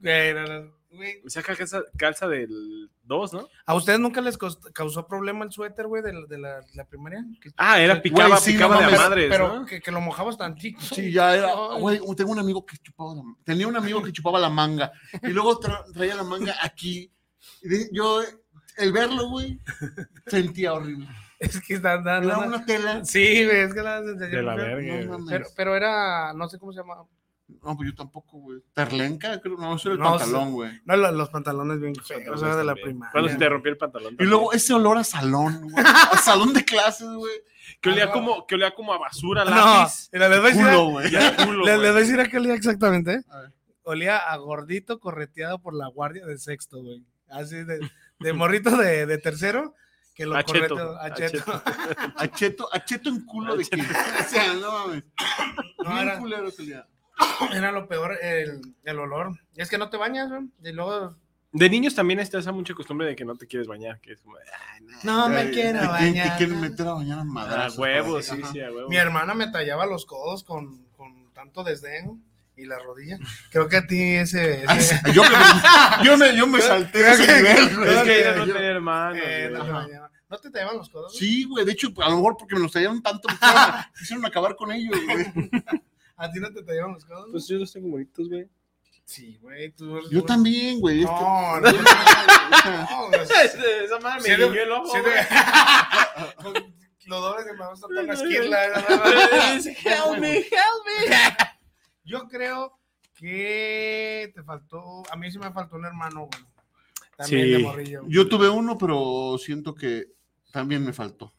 güey, no, no, güey. Isaac calza, calza del 2, ¿no? ¿A ustedes nunca les cost- causó problema el suéter, güey, de, la- de la, la primaria? Que- Ah, era Güey, picaba, sí, no picaba de mames, a madres, pero ¿no? que, que lo mojabas tantito. Sí, ya era. Ay, Güey, tengo un amigo que chupaba la manga. Tenía un amigo que chupaba la manga. Y luego tra- traía la manga aquí. Y de- yo, eh, el verlo, güey, sentía horrible. Es que están dando. Era una tela. Sí, güey, es que las enseñé. De la verga. No güey. mames. Pero, pero era, no sé cómo se llamaba. No, pues yo tampoco, güey. Terlenca, creo. No, eso era el No, pantalón, güey. No, lo- los pantalones bien feos, era de la También. primaria. Cuando se te rompió el pantalón. Y también. luego ese olor a salón, güey. A salón de clases, güey. Que olía como, que olía como a basura, No, lápiz. mira, les voy a decir, Culo, güey. Y a culo, les- les güey. voy a decir a qué olía exactamente. ¿eh? A ver. Olía a gordito correteado por la guardia de sexto, güey. Así de, de morrito de, de tercero, que lo A cheto, correteó. a A cheto. Acheto, acheto en culo de Acheto. quién. O sea, no mames. No, Bien era, culero ese día. era lo peor el, el olor. Es que no te bañas, güey. Y luego. De niños también está esa mucha costumbre de que no te quieres bañar, que es como, No Ay, te quieren- Te quieren meter a bañar a ah, madrazos. huevo, parece. sí, Ajá. sí, a huevo. Mi hermana me tallaba los codos con, con tanto desdén y la rodilla. Creo que a ti ese. Ah, ese- sí, Yo me, yo me, yo me salté de ese nivel, güey. Es que ella Yo- no tenía hermanos. eh, güey. no, no, no te tallaban los codos. Sí, güey. De hecho, a lo mejor porque me los traían tanto, me hicieron- quisieron acabar con ellos, güey. ¿A ti no te tallaban los codos? Pues yo los tengo bonitos, güey. sí, güey. Tú, Yo tú- también, güey. este- No, no, no, no, güey. Esa madre Sí, guiñó el ojo, sí, güey. Con los dobles que me vas a tocar la esquirla. la verdad. Help me, Yo creo que te faltó. A mí sí me faltó un hermano, güey. También Sí. de morrillo. Yo tuve uno, pero siento que también me faltó.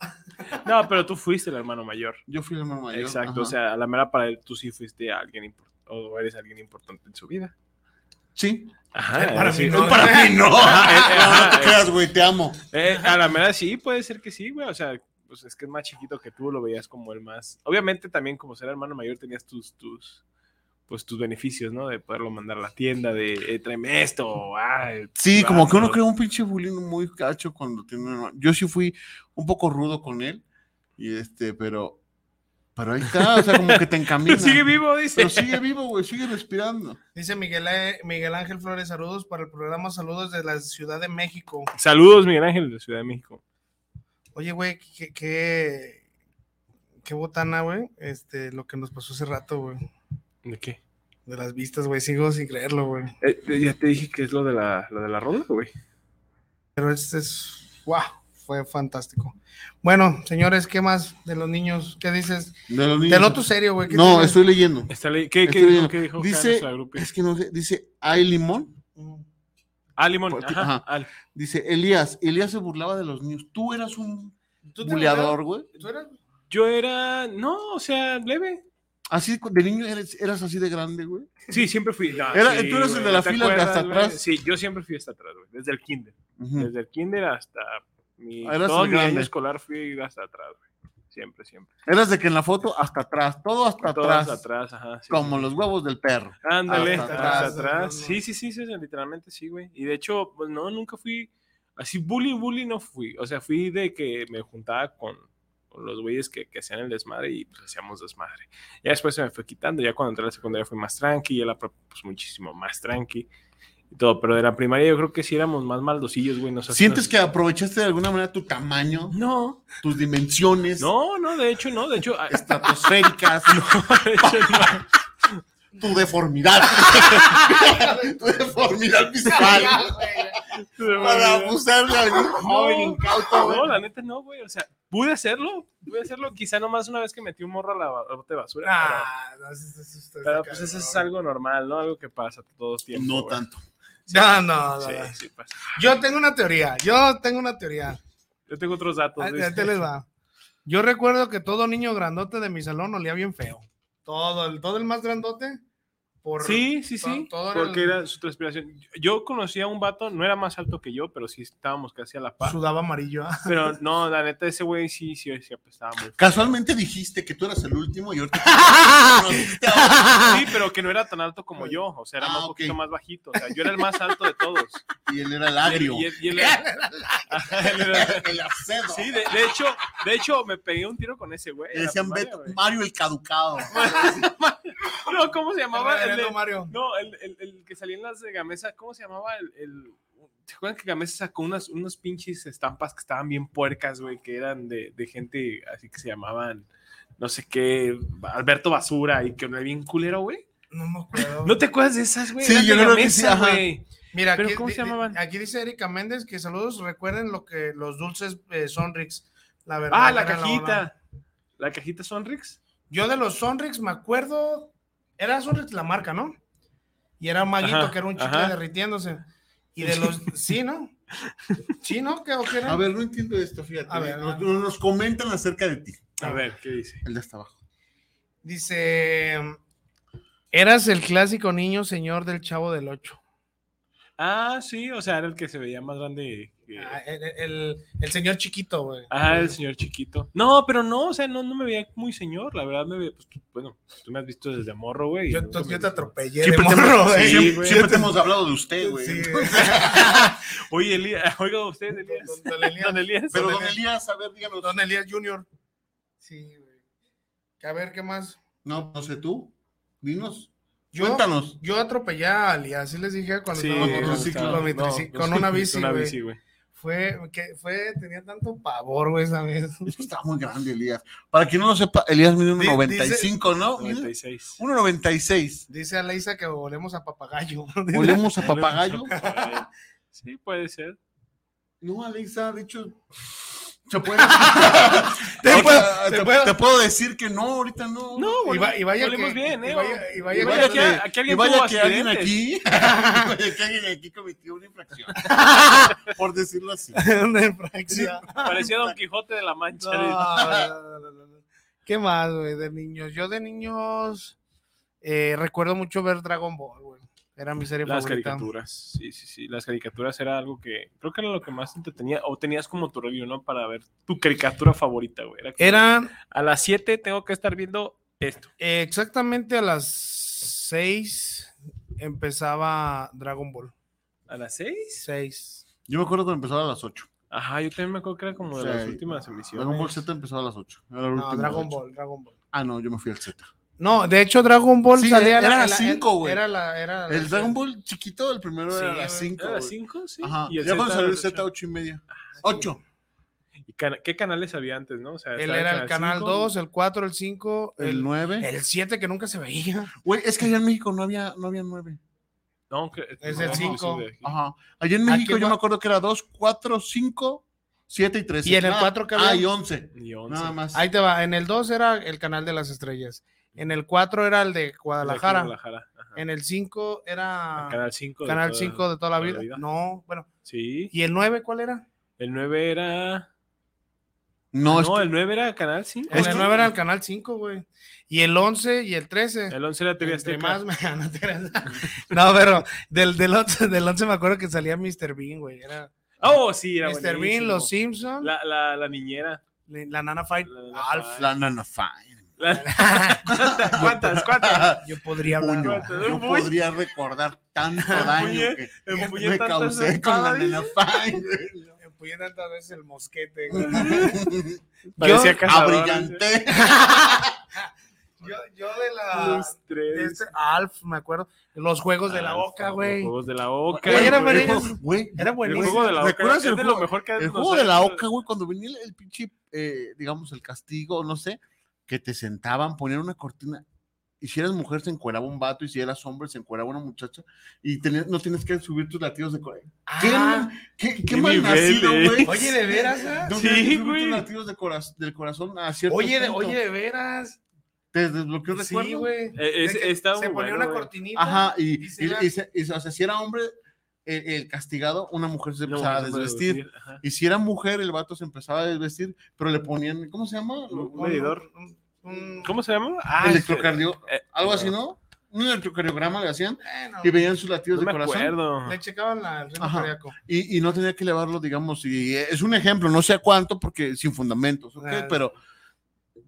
No, pero tú fuiste el hermano mayor. Yo fui el hermano mayor. Exacto, ajá. o sea, a la mera para él tú sí fuiste alguien importante o eres alguien importante en su vida. Sí. Ajá, Para sí. mí no. Para mí no. Ajá, No, no te creas, güey, te amo. Eh, a la verdad sí, puede ser que sí, güey. O sea, pues es que es más chiquito que tú, lo veías como el más. Obviamente también como ser hermano mayor tenías tus, tus, pues tus beneficios, ¿no? De poderlo mandar a la tienda, de eh, tráeme esto. o, ah, el- Sí, ah, como que uno pero- crea un pinche bullying muy cacho cuando tiene un hermano. Yo sí fui un poco rudo con él, y este, pero, pero ahí está, o sea, como que te encamina. Pero sigue vivo, dice. Pero sigue vivo, güey, sigue respirando. Dice Miguel, eh, Miguel Ángel Flores, saludos para el programa, saludos de la Ciudad de México. Saludos, Miguel Ángel de Ciudad de México. Oye, güey, qué, qué, qué botana, güey, este, lo que nos pasó hace rato, güey, ¿De qué? de las vistas, güey, sigo sin creerlo, güey. Eh, eh, ya te dije que es lo de la, lo de la ronda, güey. Pero este es, wow, fue fantástico. Bueno, señores, ¿qué más de los niños? ¿Qué dices? De los Del niños. otro serio, güey. ¿qué No, tienes? estoy leyendo. Está le- ¿Qué, qué Estoy dijo, leyendo. qué dijo acá Este dice, nuestra grupi? es que no sé, dice, ¿hay limón? Mm. Ah, Limón. porque- ajá, ajá. Al. Dice, Elías, Elías se burlaba de los niños. Tú eras un ¿Tú te buleador, güey. burlabas? ¿Tú eras? Yo era. No, o sea, leve. Así de niño eres, eras así de grande, güey. Sí, siempre fui. no, Era- sí, tú eres el güey, de la ¿te fila de hasta acuerdas, güey? atrás. Sí, yo siempre fui hasta atrás, güey. Desde el kinder. Ujú. Desde el kinder hasta mi, Ah, eras todo el mi año grande. escolar fui hasta atrás, güey. Siempre, siempre. Eras de que en la foto hasta atrás, todo hasta Todas atrás, atrás, ajá. sí, como sí. los huevos del perro. Ándale, hasta hasta, atrás, atrás. no, no. Sí, sí, sí, sí, sí, literalmente sí, güey. Y de hecho, pues no, nunca fui así bully, bully no fui. O sea, fui de que me juntaba con, con los güeyes que, que hacían el desmadre y pues hacíamos desmadre. Ya después se me fue quitando, ya cuando entré a la secundaria fui más tranqui, y a la prep, pues muchísimo más tranqui. Y todo, pero de la primaria yo creo que sí éramos más maldosillos, güey. nos- ¿Sientes nos- que aprovechaste de alguna manera tu tamaño, No, tus dimensiones no, no, de hecho no, de hecho... a- estratosféricas, de hecho, no. tu deformidad? tu deformidad visual para abusar de algún joven incauto, güey. No, la neta no, güey. O sea, pude hacerlo, pude hacerlo. Quizá nomás una vez que metí un morro a la ba- bote de basura. Ah, no, sí, sí, sí, está pero, pero, cabrón. pues eso es algo normal, ¿no? Algo que pasa todos tiempos. No güey. tanto. No, no, no, Sí, no. sí pasa. Yo tengo una teoría, yo tengo una teoría. Yo tengo otros datos. Ahí- güey. ahí Ah, te les va. Yo recuerdo que todo niño grandote de mi salón olía bien feo. Todo el, todo el más grandote. Por, Sí, sí, to- sí. todo porque el- era su transpiración. Yo conocía a un vato, no era más alto que yo, pero sí estábamos casi a la par. Sudaba amarillo. ¿ah? Pero no, la neta, ese güey sí, sí, sí, apestaba muy. Casualmente dijiste que tú eras el último y ahorita. No, dijiste ahora. Ah. Sí, pero que no era tan alto como yo. O sea, era Ah, más ok. poquito más bajito. O sea, yo era el más alto de todos. y él era el Y él- agrio. y él- y él era- Ajá, él era- el acedo. Sí, de, de hecho, de hecho me pegué un tiro con ese güey. Le en la decían primaria, Beto- güey. Mario el caducado. No, ¿cómo se llamaba? El, Reverendo de- Mario. no, el, el- el que salía en las de Gamesa, ¿cómo se llamaba? El, el- ¿Te acuerdan que Gamesa sacó unas, unos pinches estampas que estaban bien puercas, güey? Que eran de, de gente así que se llamaban, no sé qué, Alberto Basura y que no era bien culero, güey. No me acuerdo. ¿No te acuerdas de esas, güey? Sí, Eran yo de creo que Gamesa, sí, ajá. güey. Mira, ¿pero aquí, cómo se di- di- llamaban? Aquí dice Erika Méndez que saludos. Recuerden lo que los dulces eh, Sonrix. La verdad. Ah, la era hora. cajita. ¿La cajita Sonrix? Yo de los Sonrix me acuerdo. Era Sonrix la marca, ¿no? Y era un maguito Ajá, que era un chicle ajá. derritiéndose. Y de los. Sí, ¿no? Sí, ¿no? ¿Qué, o qué era? A ver, no entiendo esto, fíjate. A ver, nos, a nos comentan acerca de ti. Ah. A ver, ¿qué dice? El de hasta abajo. Dice, eras el clásico niño señor del Chavo del Ocho. Ah, sí, o sea, era el que se veía más grande. que- Ah, el, el- el señor chiquito, güey. Ajá, Ah, el señor chiquito. No, pero no, o sea, no, no me veía muy señor, la verdad me veía, pues, tú- bueno, tú me has visto desde morro, güey. y Yo, nunca yo me- te atropellé de Siempre, te, morro, hemos, güey. sí, Sí, güey. siempre te hemos hablado de usted, güey. Sí, güey. Entonces, Oye, Elías, oiga usted, Elías. Don- don Elías. Don Elías. pero Don don Elías, a ver, díganos. Don Elías Junior. Sí, güey. A ver, ¿qué más? No, no sé tú. Dinos. Yo, Cuéntanos. Yo atropellé a Ali, así les dije cuando Sí, estaba con no, triciclo, estaba- con mi no, triciclo, no, con una bici, Una güey. bici, güey. Fue, que fue, tenía tanto pavor, güey, esa vez. Es que está muy grande, Elías. Para quien no lo sepa, Elías mide Di- 1.95, ¿no? 96. 1.96. Dice Aleisa que volvemos a papagayo. Volvemos a papagayo. Sí, puede ser. No, Alexa, de hecho. se puede- te, puedo, te- te puedo decir que no, ahorita no. No, Y güey. va- y vaya volvemos que- bien, y ¿eh? vaya- y vaya Y Y vaya que- que, aquí alguien y vaya tuvo que alguien accidentes. aquí, y vaya que alguien aquí cometió una infracción. Por decirlo así. Una infracción. Parecía Don Quijote de la Mancha. No, no, no, no, no. ¿Qué más, güey, de niños? Yo de niños eh, recuerdo mucho ver Dragon Ball, güey. Era mi serie Las favorita. caricaturas, sí, sí, sí. Las caricaturas era algo que creo que era lo que más te entretenía. O tenías como tu review, ¿no? Para ver tu caricatura favorita, güey. Era, como, Era A las 7 tengo que estar viendo esto. eh, exactamente a las 6 empezaba Dragon Ball. ¿A las 6? 6. Yo me acuerdo cuando empezaba a las 8. Ajá, yo también me acuerdo que era como de Sí. las últimas emisiones. Dragon Ball Z empezaba a las 8. Era la No, última Dragon ocho. Ball, Dragon Ball. Ah, no, yo me fui al Z. No, de hecho Dragon Ball Sí, salía a era la- a a las la- cinco, güey. Era la era la- El Dragon Ball chiquito, el primero Ah, Sí, era a las güey. 5. ¿Era a las 5? Sí. Ajá. Y el ya cuando Z a salió el las Z, ocho. 8 y media. 8. ¿Y cana- qué canales había antes, no? O sea, Él estaba era el canal cinco. 2, el 4, el 5, El el 9. el 7 que nunca se veía. Güey, es que allá en México no había, no había 9. No, que- Es no, el no, cinco. sí, de aquí. Ajá. Allá en Aquí México yo va- me acuerdo que era 2, 4, 5, 7 y 13. Y en el cuatro que había- Ah, y 11. Ni once. Nada más. Ahí te va, en el 2 era el canal de las estrellas. En el 4 era el de Guadalajara. De aquí, Guadalajara. ajá. En el 5 era El Canal 5. de Canal toda- 5 de toda la vida. vida. No, bueno. Sí. ¿Y el 9 cuál era? El 9 era. No, es no, que- el 9 era Canal 5. El 9 era el canal 5, güey. Y el 11 y el 13. El 11 era TV Entre Azteca. más me- no, te creas. No, pero del, del, 11, del 11 me acuerdo que salía Mr. Bean, güey. Era Oh, sí, era Mr. Bean, buenísimo. Los Simpsons, la, La, la, la niñera. Nana Fight. La- la- Alf. La nana fine. La- ¿Cuántas? ¿Cuántas? ¿Cuántas? Yo podría hablar. Puño. güey. Yo podría recordar tanto daño que Empuñé me tantas causé con la espadas. nana fine. Me puse tantas veces el mosquete. güey. Parecía cazadora. Abrillante. Yo, yo de la. Dos, de tres. este- Alf, me acuerdo. Los juegos de la Ah, boca, güey. Los juegos de la boca. Güey, era el buenísimo. juego- Güey, Era El buenísimo. juego de la oca. ¿Recuerdas Es el de juego- lo mejor que El nos juego ha de la hecho- oca, güey, cuando venía el, el pinche, eh, digamos, el castigo, no sé, que te sentaban, ponían una cortina. Y si eras mujer, se encueraba un vato, y si eras hombre, se encueraba una muchacha, y tenías- no tienes que subir tus latidos de corazón. ¿Qué, Ah, qué, qué qué mal nacido, nivel, eh. güey? oye, de veras, ah? No Sí, tienes que subir güey. tus latidos de coraz- del corazón a cierto Oye, de, punto. oye, de veras. Te desbloqueó el Sí, recuerdo. güey. Eh, es- De que estaba se muy ponía bueno, una güey. cortinita. Ajá, y, Y se y- iba- y se- y se- o sea, si era hombre, el, el castigado, una mujer se No, empezaba a no puede desvestir. decir, ajá. Y si era mujer, el vato se empezaba a desvestir, pero le ponían, ¿cómo se llama? Lo- Un medidor. Un- un- ¿Cómo se llama? Ah, electrocardio, eh, algo así, ¿no? Un electrocardiograma le hacían Bueno, y veían sus No latidos me de corazón acuerdo. le checaban la, el ritmo Ajá. cardíaco. y, y no tenía que elevarlo, digamos, y es un ejemplo, no sé a cuánto porque sin fundamentos, ¿ok? Ah, pero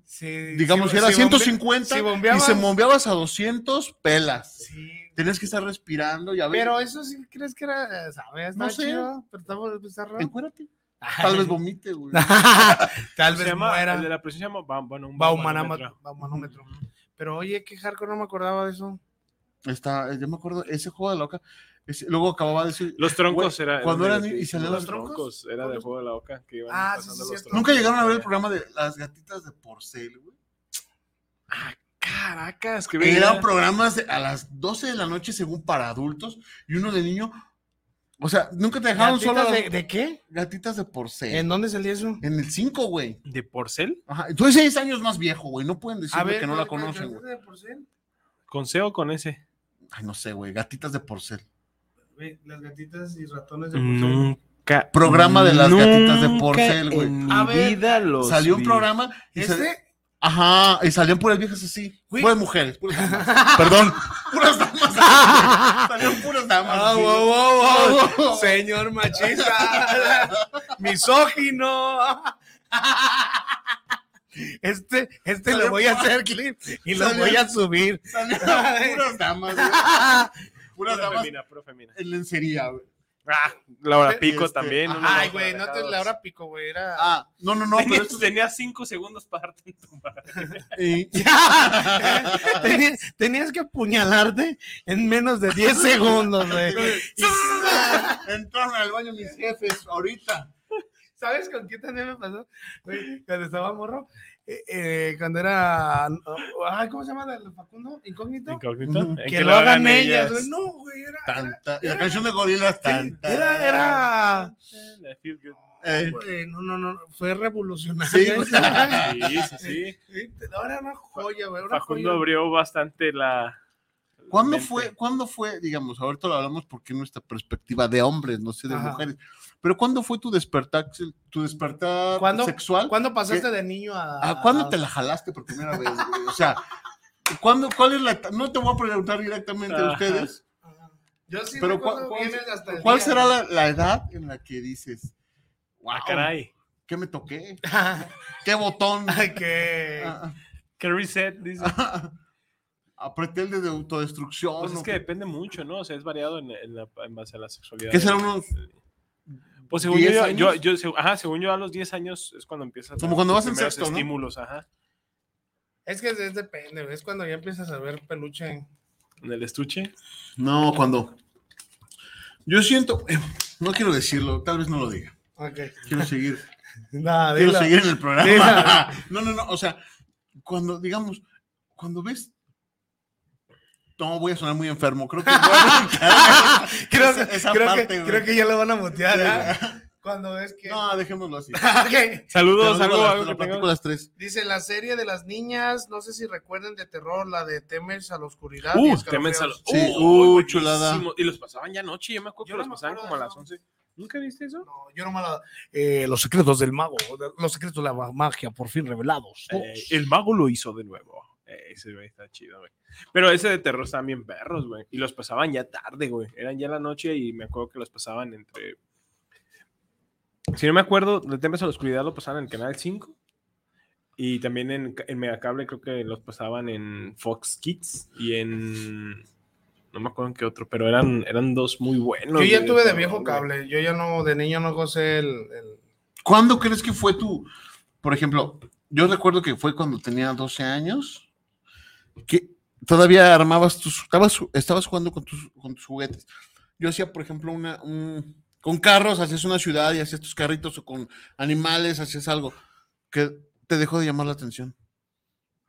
Sí, digamos, sí, si era sí, 150 si y bombeabas- se bombeabas a 200 pelas, Sí. tenías que estar respirando y a ver, Pero eso sí crees que era, eh, ¿sabes? No No sé. chido, pero está, está raro. encuérate, tal vez vomite, güey. Tal Se vez llama, muera. El de la presión se llama Baum- bueno, un Baumanama- baumanómetro. Baumanómetro. Pero oye, qué hardcore, no me acordaba de eso. Está, eh, yo me acuerdo, ese juego de la oca, ese- luego acababa de decir, Los troncos era. cuando era eran divertido. y salían los Era del juego de la boca. Que iban Ah, sí, pasando sí, los cierto. troncos. nunca llegaron a ver el programa de las gatitas de porcel, güey. Caracas, que Eran programas de- a las 12 de la noche según para adultos y uno de niño. O sea, nunca te dejaron ¿Gatitas solo a las de, de qué? gatitas de porcel. ¿En En, dónde salía eso? el 5, güey. ¿De porcel? Ajá. Tú eres 6 años más viejo, güey. No pueden decirme que no la ¿cuál- cuál- conocen, cuál güey. es de por cien? ¿Con C o con S? Ay, no sé, güey. Gatitas de porcel. Ve, Las gatitas y ratones de por cien. Nunca. Programa de las gatitas de nunca porcel, güey. En A mi ver, vida Oh, los. Salió un vi. programa y sal- ¿Este? Ajá, y salían puras viejas así. Güey. Puras mujeres. Puras damas. Perdón. Puras damas. así, güey. Salían puras damas. Ah, así, wow, güey. wow, wow. Señor machista. Misógino. Este, este le voy a hacer clip y lo voy a subir. Salían puras damas, güey. Pura Puras damas femina, pura femina. en lencería, güey. Ah, Laura Pico Este, también. ajá. unos Ay, ojos güey, no te alejados. la hora pico, güey. Era. Ah, no, no, no, pero Tenía- esto Tenía cinco segundos para darte en tu madre. eh, Tenías, tenías que apuñalarte en menos de 10 segundos, güey. entraron al baño mis jefes ahorita. ¿Sabes con quién también me pasó? Güey, cuando estaba morro, eh, eh, cuando era. Ay, ¿Cómo se llama? el Facundo? ¿Incógnito? ¿Incógnito? Ujú. En que, lo hagan ellas. güey. No, güey, era. Tanta, y la canción de gorilas tan, tan. Era, era. I feel good. Eh, güey, no, no, no, fue revolucionario. Sí, güey. Sí, sí, sí. Ahora una joya, güey. Una Facundo joya. abrió bastante la. ah, ¿Cuándo mente. fue, ¿Cuándo fue, digamos, ahorita lo hablamos porque es nuestra perspectiva de hombres, no sé, de Ajá. mujeres, pero ¿cuándo fue tu despertar, Axel, tu despertar ¿Cuándo- sexual? ¿Cuándo pasaste de niño a.? ¿A Ah. ¿Cuándo te la jalaste por primera vez? güey? O sea, ¿cuándo, ¿cuál es la... et- No te voy a preguntar directamente a Ajá. ustedes, Ajá. Yo sí Pero recuerdo ¿cuál- bien cuál- el hasta el ¿Cuál día. será la, la edad en la que dices, wow, Ah, caray. ¿qué me toqué? ¿Qué botón? Ay, que... Ah, Que reset, dice. ah, Apreté el de autodestrucción. Pues es ¿o que qué? depende mucho, ¿no? O sea, es variado en, en la- en base a la sexualidad. ¿Qué será unos- Pues según 10 yo, yo, años? yo, seg- ajá, según yo a los 10 años es cuando empiezas Como los cuando vas en primeros sexto, ¿no? estímulos, ajá, Es que es depende, güey, es cuando ya empiezas a ver peluche. en el estuche. No, cuando. Yo siento. eh, No quiero decirlo, tal vez no lo diga. Ok. Quiero seguir. Nada, quiero dilo. seguir en el programa. Dila. No, no, no. O sea, cuando, digamos, cuando ves. No, voy a sonar muy enfermo. Creo que. voy a brincar creo, esa- que- esa creo parte, que, güey. creo que ya lo van a mutear, ¿ah? Cuando ves que... No, dejémoslo así. Ok. Saludos, Te algo, lo digo a las- algo te que lo platico tengo. a las tres. Dice la serie de las niñas, no sé si recuerden de terror, la de Temes a la oscuridad. y Uh, Escalofríos. temen sal- Sí, uy, uh, buenísimo. chulada. Y los pasaban ya noche, yo me acuerdo Yo que no los me pasaban acuerdo como a de las eso. 11. ¿Nunca viste eso? No, yo nomás la- eh, los secretos del mago, de- los secretos de la ma- magia, por fin revelados. ¿no? Eh, el mago lo hizo de nuevo. Eh, ese güey está chido, güey. Pero ese de terror estaban bien perros, güey. Y los pasaban ya tarde, güey. Eran ya la noche y me acuerdo que los pasaban entre. Si no me acuerdo, de temas a la oscuridad lo pasaban en el canal 5. Y también en, en Megacable creo que los pasaban en Fox Kids y en. No me acuerdo en qué otro, pero eran, eran dos muy buenos. yo ya güey, tuve de terror, viejo güey. cable, yo ya no, de niño no gocé el... el- ¿Cuándo crees que fue tu, por ejemplo, yo recuerdo que fue cuando tenía 12 años, que todavía armabas tus, estabas, estabas jugando con tus, con tus juguetes. Yo hacía, por ejemplo, una, un- con carros, hacías una ciudad y hacías tus carritos o con animales, hacías algo que te dejó de llamar la atención.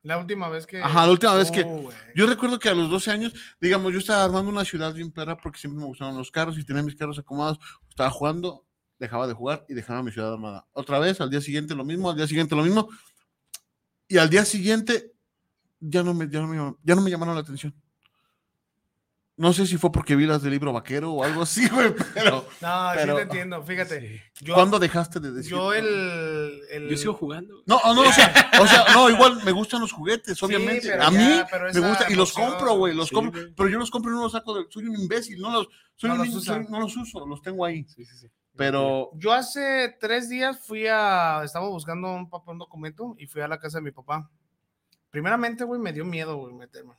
la última vez que... Ajá, la última vez que... Oh, güey. Yo recuerdo que a los 12 años, digamos, yo estaba armando una ciudad bien perra porque siempre me gustaban los carros y tenía mis carros acomodados. Estaba jugando, dejaba de jugar y dejaba mi ciudad armada. Otra vez, al día siguiente lo mismo, al día siguiente lo mismo. Y al día siguiente ya no me, ya no me, llam- ya no me llamaron la atención. No sé si fue porque vi las del libro vaquero o algo así, güey, pero No, sí Pero- te entiendo, fíjate. Sí. Yo, ¿cuándo dejaste de decir? yo el... el- Yo sigo jugando. güey. No, no, o sea, o sea, no, igual me gustan los juguetes, Sí, obviamente. pero a ya, mí pero me esa gusta y los emoción, compro, güey, los sí, compro, güey. pero yo los compro y no los saco, de- soy un imbécil, no los, soy No un los in- usa. soy- no los uso, los tengo ahí. Sí, sí, sí. Pero Yo hace tres días fui a. Estaba buscando un papá, un documento y fui a la casa de mi papá. Primeramente, güey, me dio miedo, güey, meterme.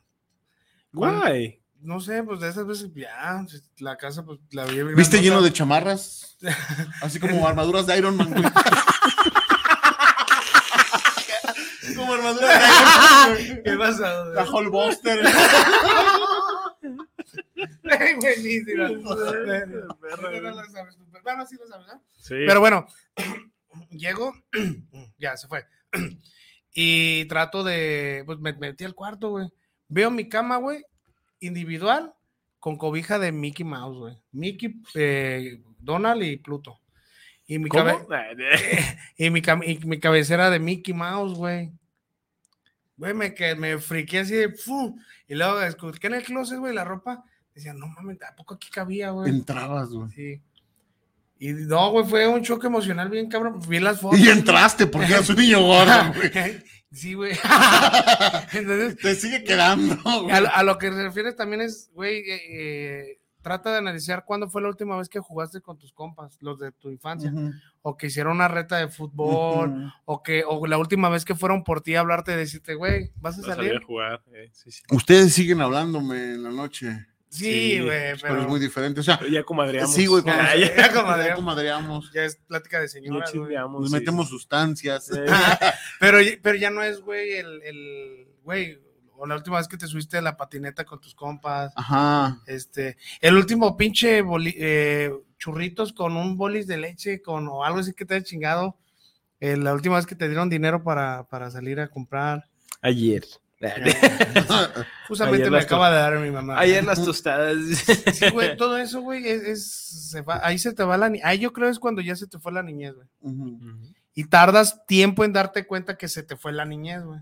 Guay. No sé, pues de esas veces ya, la casa, pues la vi. viste grandota. lleno de chamarras, así como armaduras de Iron Man. güey. como armaduras de Iron Man. güey. ¿Qué pasa? güey? La Hulkbuster. ¿eh? Güey, Buenísima. Bueno, sí lo sabes, ¿no? Sí. Pero bueno, llego, ya se fue. Y trato de, pues me metí al cuarto, güey. Veo mi cama, güey, individual, con cobija de Mickey Mouse, güey. Mickey, eh, Donald y Pluto. Y mi, ¿Cómo? cabe- y mi, cam- y mi cabecera de Mickey Mouse, güey. Güey, me, que- me friqué así de, ¡fu! Y luego descubrí que en el closet, güey, la ropa. Decía, no mames, tampoco aquí cabía, güey. Entrabas, güey. Sí. Y no, güey, fue un choque emocional bien cabrón. Vi las fotos. Y entraste porque eras un niño gordo, güey. sí, güey. Entonces, Te sigue quedando, güey. a, lo- a lo que te refieres también es, güey, eh, eh, trata de analizar cuándo fue la última vez que jugaste con tus compas, los de tu infancia, Ujú. o que hicieron una reta de fútbol, Ujú. o que o la última vez que fueron por ti a hablarte, decirte, güey, ¿vas a No salía a salir? jugar. eh, sí, sí. Ustedes siguen hablándome en la noche, Sí, Sí, güey, pero, es pero, pues, muy diferente. O sea, Pero ya comadreamos. Sí, güey, Ah, Ya, ya, ya, comadre, ya comadreamos, ya es plática de ya señora. güey. chismeamos, nos sí. metemos sustancias. Sí. Pero, pero ya no es, güey, el, el, güey, o la última vez que te subiste a la patineta con tus compas, Ah. Ajá. este, el último pinche boli- eh, churritos con un bolis de leche, con o algo así que te haya chingado, eh, la última vez que te dieron dinero para, para salir a comprar. Ayer. Justamente Ayer me las acaba de dar mi mamá. Ayer las tostadas. Sí, güey, todo eso, güey, es, es- se va- ahí se te va la ni- ahí yo creo es cuando ya se te fue la niñez, güey. Ujú. Mm, y tardas tiempo en darte cuenta que se te fue la niñez, güey.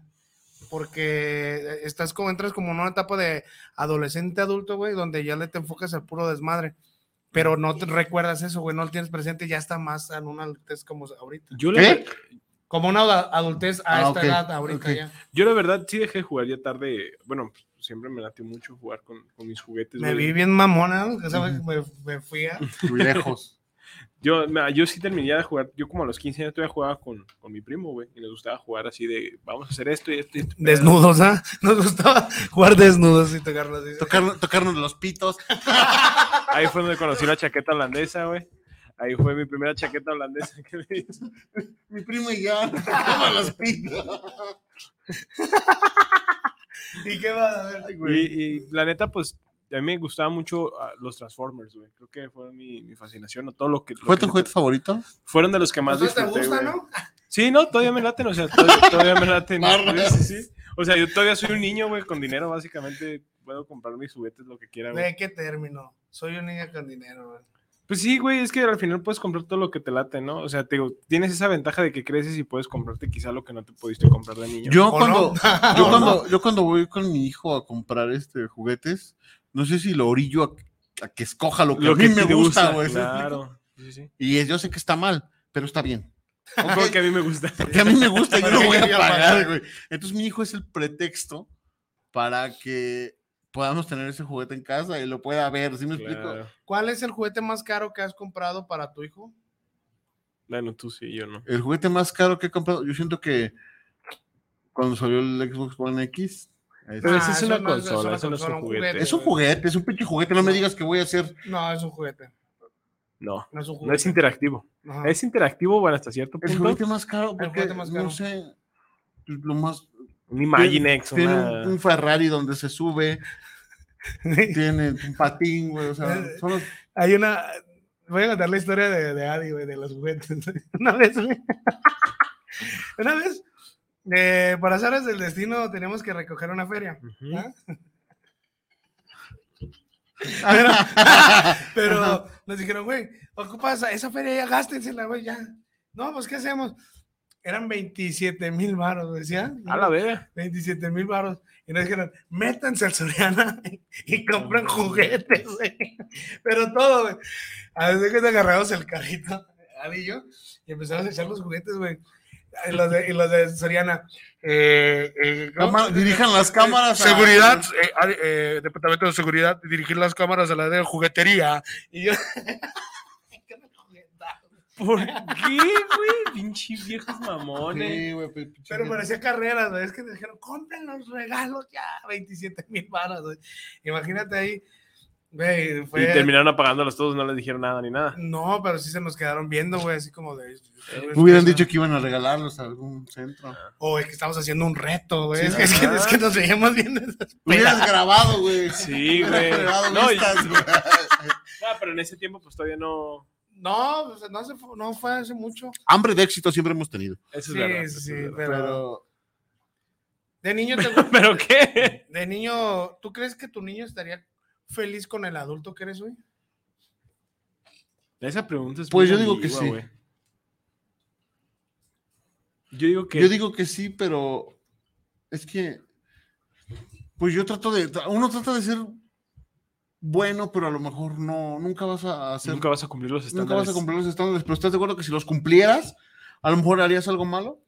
Porque eh, estás como, entras como en una etapa de adolescente adulto, güey, donde ya le te enfocas al puro desmadre. Pero no te recuerdas eso, güey, no lo tienes presente, ya está más en una adultez como ahorita. Yo la, ¿Qué? Como una ad- adultez a Ah, esta ok, edad ahorita ok. ya. yo la verdad sí dejé de jugar ya tarde. Bueno, pues, siempre me latió mucho jugar con, con mis juguetes. Me güey. vi bien mamona, ¿no? Esa vez Ujú. me, me fui a... Muy lejos. Yo, na, yo sí terminé de jugar, yo como a los 15 años todavía jugaba con, con mi primo, güey, y nos gustaba jugar así de, vamos a hacer esto y esto. y esto. Desnudos, ¿ah? Nos gustaba jugar desnudos y tocarlos. así. Tocar- tocarnos los pitos. Ahí fue donde conocí la chaqueta holandesa, güey. Ahí fue mi primera chaqueta holandesa que me hice. Mi primo y yo tocamos los pitos. ¿Y qué va a ver? Y, y la neta, pues, a mí me gustaban mucho ah, los Transformers, güey. Creo que fue mi, mi fascinación, o todo lo que... lo ¿Fue que- tu juguete favorito? Fueron de los que más Pues no te disfruté, gusta, güey. ¿no? Sí, no, todavía me laten, o sea, todavía, todavía me laten. Barras. Sí, sí, sí. O sea, yo todavía soy un niño, güey, con dinero, básicamente. Puedo comprar mis juguetes, lo que quiera, güey. Ve qué término. Soy un niño con dinero, güey. Pues sí, güey, es que al final puedes comprar todo lo que te late, ¿no? O sea, te digo, tienes esa ventaja de que creces y puedes comprarte quizá lo que no te pudiste comprar de niño. Yo ¿O cuando, no? yo, cuando, yo cuando voy con mi hijo a comprar este juguetes, no sé si lo orillo a, a que escoja lo que a mí me sí te gusta, güey. ¿sí me explico? Claro. Sí, sí. Y es- yo sé que está mal, pero está bien. O creo que a mí me gusta. Porque a mí me gusta, yo Para lo que voy a quería pagar, pagar. güey. Entonces mi hijo es el pretexto para que podamos tener ese juguete en casa y lo pueda ver, ¿sí me explico? Claro. ¿Cuál es el juguete más caro que has comprado para tu hijo? Bueno, tú sí, yo no. El juguete más caro que he comprado, yo siento que cuando salió el Xbox One X, es, Pero Ah, esa es eso una no es- eso consola, no eso no es un juguete. es un juguete, es un pinche juguete, no me digas que voy a hacer No, es un juguete. No, No es un juguete. no es interactivo. Ajá. Es interactivo, bueno, hasta cierto el punto. juguete más caro, porque juguete más no caro. sé, pues, lo más... Un Imaginex, tiene una- un, un Ferrari donde se sube, tiene un patín, güey, o sea, son los- Hay una. Voy a contar la historia de, de Adi, güey, de los juguetes. Una vez, güey. Una vez, eh, para azares del destino, teníamos que recoger una feria. Ujú. ¿Ah? Pero, pero nos dijeron, güey, ocupas a esa feria, ya gástensela, güey, ya. No, pues, ¿qué hacemos? Eran 27 mil baros, decía. Ah, A la verga. 27 mil baros. Y nos dijeron, métanse al Soriana y compren juguetes, güey. Pero todo, güey. A veces que te agarramos el carrito, Ali y yo, y empezamos a echar los juguetes, güey. Y los de, y los de Soriana. eh, eh, ¿cómo? Cámara- dirijan las cámaras a- Seguridad, eh, Ali- eh, Departamento de Seguridad, dirigir las cámaras a la de juguetería. Y yo. ¿Qué me Ah, juguetaba? ¿Por qué, güey? Pinche viejos mamones. Sí, güey, pe- pinche Pero juguete. parecía carreras, güey. Es que te dijeron, compren los regalos ya, 27 mil baros, güey. Imagínate ahí, güey. Y Fue... terminaron apagándolos todos, no les dijeron nada ni nada. No, pero sí se nos quedaron viendo, güey, así como de. Hubieran dicho que iban a regalarlos a algún centro. O es que estamos haciendo un reto, güey. Sí, es, que, es que- ajá. es que nos veíamos bien. esas- Hubieras grabado, güey. Sí, güey. Hubieras grabado No, y- vistas, güey. Ah, pero en ese tiempo, pues todavía no. No, pues, no, se fu- no fue hace mucho. Hambre de éxito siempre hemos tenido. Eso es Sí, verdad. eso sí, es sí, verdad. pero, Pero De niño, te- ¿Pero qué? de niño, ¿tú crees que tu niño estaría feliz con el adulto que eres hoy? Esa pregunta es. Pues muy yo digo que ambigua, sí. güey. Yo digo que. yo digo que sí, pero es que. Pues yo trato de. Uno trata de ser bueno, pero a lo mejor no. Nunca vas a hacer. nunca vas a cumplir los estándares. nunca vas a cumplir los estándares. Pero ¿estás de acuerdo que si los cumplieras, a lo mejor harías algo malo?